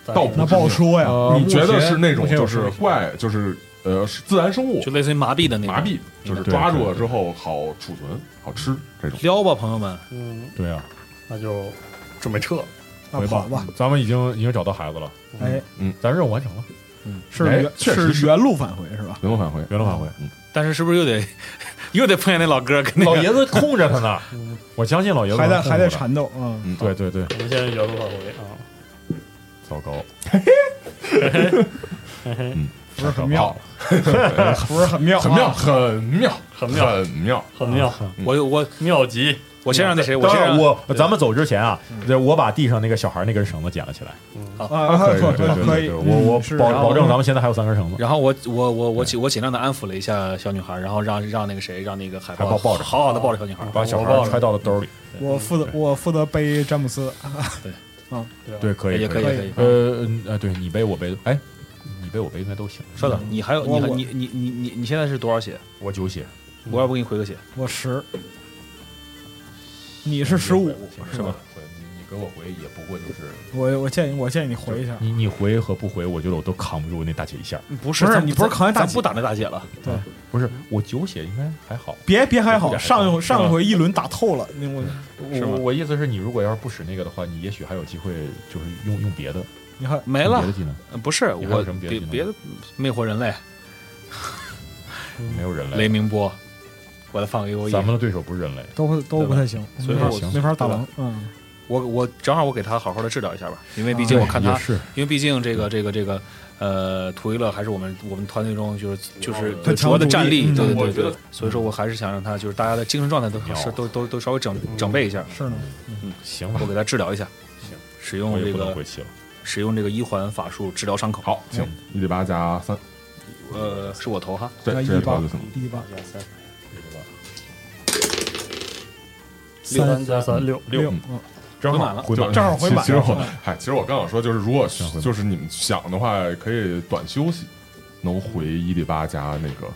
暂倒时那不不好说呀。呃你觉目得前是那种目前有就什是么怪，就是呃是自然生物就类似于麻痹的那种嗯麻痹，就是对抓对住了之后好储存、好吃这种。撩吧，朋友们。嗯，对啊，那就准备撤，那回跑吧，，咱们已经已经找到孩子了，哎，咱任务完成了，是哎原确实是是原路返回是吧？原路返回，嗯原路返回。但是是不是又得又得碰见那老哥跟那 老 个？爷子控着他呢，我相信老爷子还在控制还在他。缠斗，嗯，嗯，对对对，我们现在原路返回啊，糟糕，不是很好妙，，不是很妙，啊很妙，，很妙，很妙很妙。很妙，我我妙极，我先让那谁，我当先然让嗯我咱们走之前啊，对我把地上那个小孩那根绳子捡了起来，嗯啊，可以可对可以，对我嗯我是保然后保证咱们现在还有三根绳子，然后我我我我尽我尽量的安抚了一下小女孩，然后让让那个谁，让那个海海豹抱着好好的抱着小女孩。嗯把小孩揣到了兜里。我负责我负责背詹姆斯，对，可以，也可以啊可以可以。呃嗯呃，对你背我背，哎，你背我背应该都行。稍等，你还有你我还我你你你你你现在是多少血？我九血我要不给你回个血？我十，你是十五，是吧？你给我回也不过就是我我建议我建议你回一下，你你回和不回，我觉得我都扛不住那大姐一下。嗯不不是咱你不是扛一大咱姐不打那大姐了。不是，我九血应该还好。别别还好，点上一回是吧上一回一轮打透了，那我我我意思是你如果要是不使那个的话，你也许还有机会，就是用用别的你看没用了别的，技能，呃不是你还有我什么别的别技能别的魅惑人哎类没有人类雷。鸣波，我再放个 AOE。咱们的对手不是人类，都都不太行，所没以法说我没法打对吧狼，嗯，我我正好我给他好好的治疗一下吧，因为毕竟我看他也是因为毕竟这个这个这个呃，图一乐还是我们我们团队中就是就是很对强主要的主力战力，嗯对我对觉对得对。所以说我还是想让他就是大家的精神状态都妙是都都都稍微整整备一下，是呢，行吧我，给他治疗一下。使我用也这不能回个嗯气了。使用这个一环法术治疗伤口。好，请一比八加三，呃，是我投哈，对，那直接一投八就行了。一八六三加三六六，嗯正回满了回满了正好回满其实我嗯，嗨，其实我刚想说，就是如果行回吧就是你们想的话，可以短休息，能回一比八加那个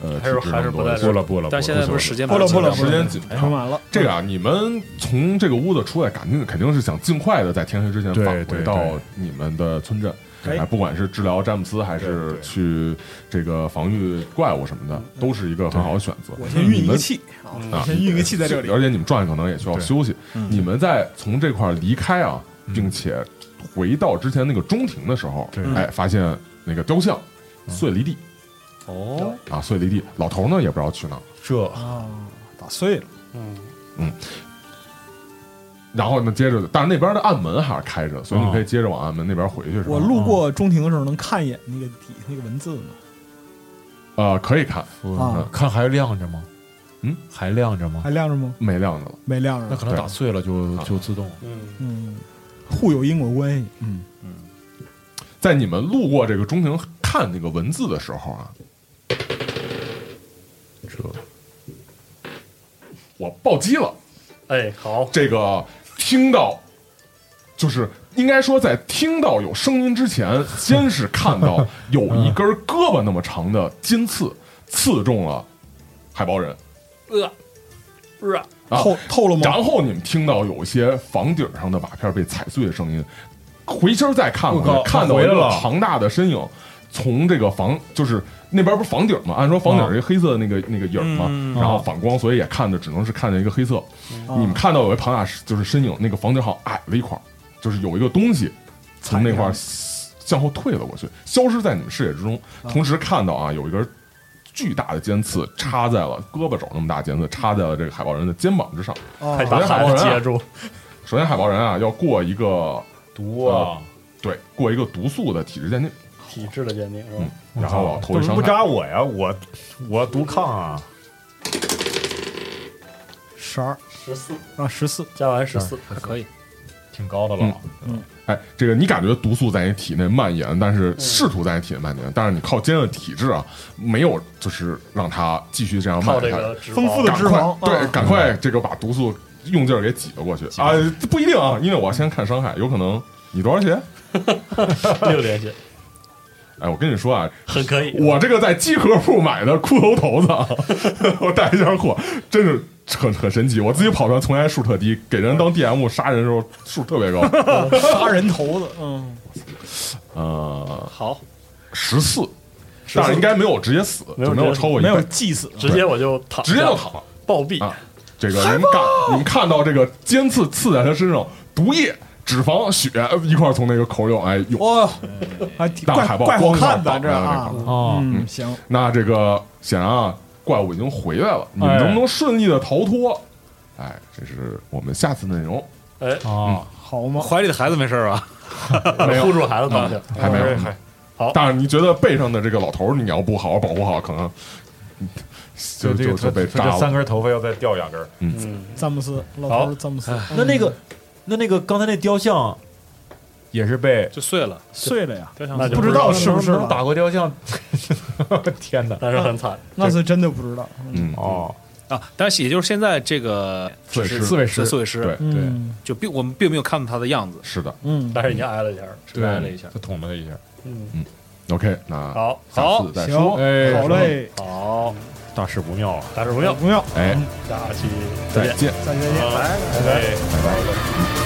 呃，还是体质还是更多不的太不了不了，但是现在不是时间不了不了，哎时间紧张回满了，这个啊，你们从这个屋子出来，肯定肯定是想尽快的在天黑之前对返对对回到你们的村镇。哎哎，不管是治疗詹姆斯，还是对去这个防御怪物什么的，都是一个很好的选择。我先运一你个们气啊，嗯我先运一个气在这里，嗯而且你们状态可能也需要休息。你们在从这块儿离开啊，并且回到之前那个中庭的时候对，哎，发现那个雕像嗯碎了一地哦，啊，碎了一地。老头呢也不知道去哪儿。这啊，打碎了，嗯，然后呢，接着，但是那边的暗门还是开着，哦所以你可以接着往暗门那边回去，是吧？我路过中庭的时候能看一眼那个底那个文字吗？呃，可以看，啊看还亮着吗？嗯，还亮着吗？啊还亮着吗？没亮着了。没亮着那呢，可能打碎了就就自动。嗯，嗯，互有因果关系，嗯，在你们路过这个中庭看那个文字的时候啊，这我暴击了。哎，好，这个听到，就是应该说在听到有声音之前，先是看到有一根胳膊那么长的尖刺刺中了海豹人，呃，是啊，啊透透了吗？然后你们听到有些房顶上的瓦片被踩碎的声音，回身再看过我靠去，看到一回来个了庞大的身影从这个房，就是那边不是房顶嘛？按说房顶啊是一黑色的那个那个影儿嘛，嗯然后反光，所以也看的只能是看见一个黑色。你们看到有一庞大就是身影，那个房顶好像矮了一块儿，就是有一个东西从那块儿向后退了过去，消失在你们视野之中。同时看到啊，有一根巨大的尖刺插在了胳膊肘那么大尖刺插在了这个海豹人的肩膀之上。哦还把孩子接住，啊首先，海豹人啊要过一个毒啊！对过一个毒素的体质鉴定，体质的鉴定是吧？哦然后啊投为一什么不伤害。扎我呀？我我毒抗啊！十二十四啊，十四加完十四，可以，挺高的了，哎，这个你感觉毒素在你体内蔓延，但是试图在你体内蔓延，但是你靠坚韧的体质啊，没有就是让它继续这样蔓靠这延下去。个脂肪丰富的赶脂快肪对，啊赶快这个把毒素用劲儿给挤了过去啊！不一定啊，因为我要先看伤害，有可能你多少血？六连血，哎，我跟你说啊，很可以。我这个在集合铺买的骷头头子啊，我带一箱货，真是很很神奇。我自己跑团从来数特低，给人当 DM 杀人的时候数特别高。 杀人头子，嗯，呃，好，十四，但是应该没有直接死，没有就没有超过一没有倍，祭死，直接我就躺下，直接就躺了。暴毙啊这个你们看，你们看到这个尖刺刺在他身上，毒液、脂肪、血呃一块儿从那个口里往外涌。哦，还挺大怪海报怪好光哎看大的海这报啊大海，哦嗯，行，那这个显然啊，怪物已经回来了，你们哎能不能顺利的逃脱？哎，这是我们下次内容。哦，好嘛，怀里的孩子没事儿吧？没有护住孩嗯子躺下，还没有。哎嗯好但是你觉得背上的这个老头儿，你要不好好保护好，可能嗯就这就个就被他这炸三了。根头发要再掉两根儿。嗯，詹姆斯，老好头儿詹姆斯，嗯哎那那个那那个刚才那雕像也是被就碎了，碎了呀，那就不知道是不是能了打过雕像？ 天哪！但是很惨。那是真的不知道，嗯，哦，啊！但是也就是现在这个刺猬师只是刺猬师刺猬师，对嗯就并我们并没有看到他的样子，是的。嗯，但是已经挨了一下了。对挨了一下他捅了他一下。嗯， OK，那好，下好次，再行说。哎好，嘞，好，大事不妙啊！哎大事不妙，嗯不要，哎，下期再再见。见。再见。拜拜。拜拜。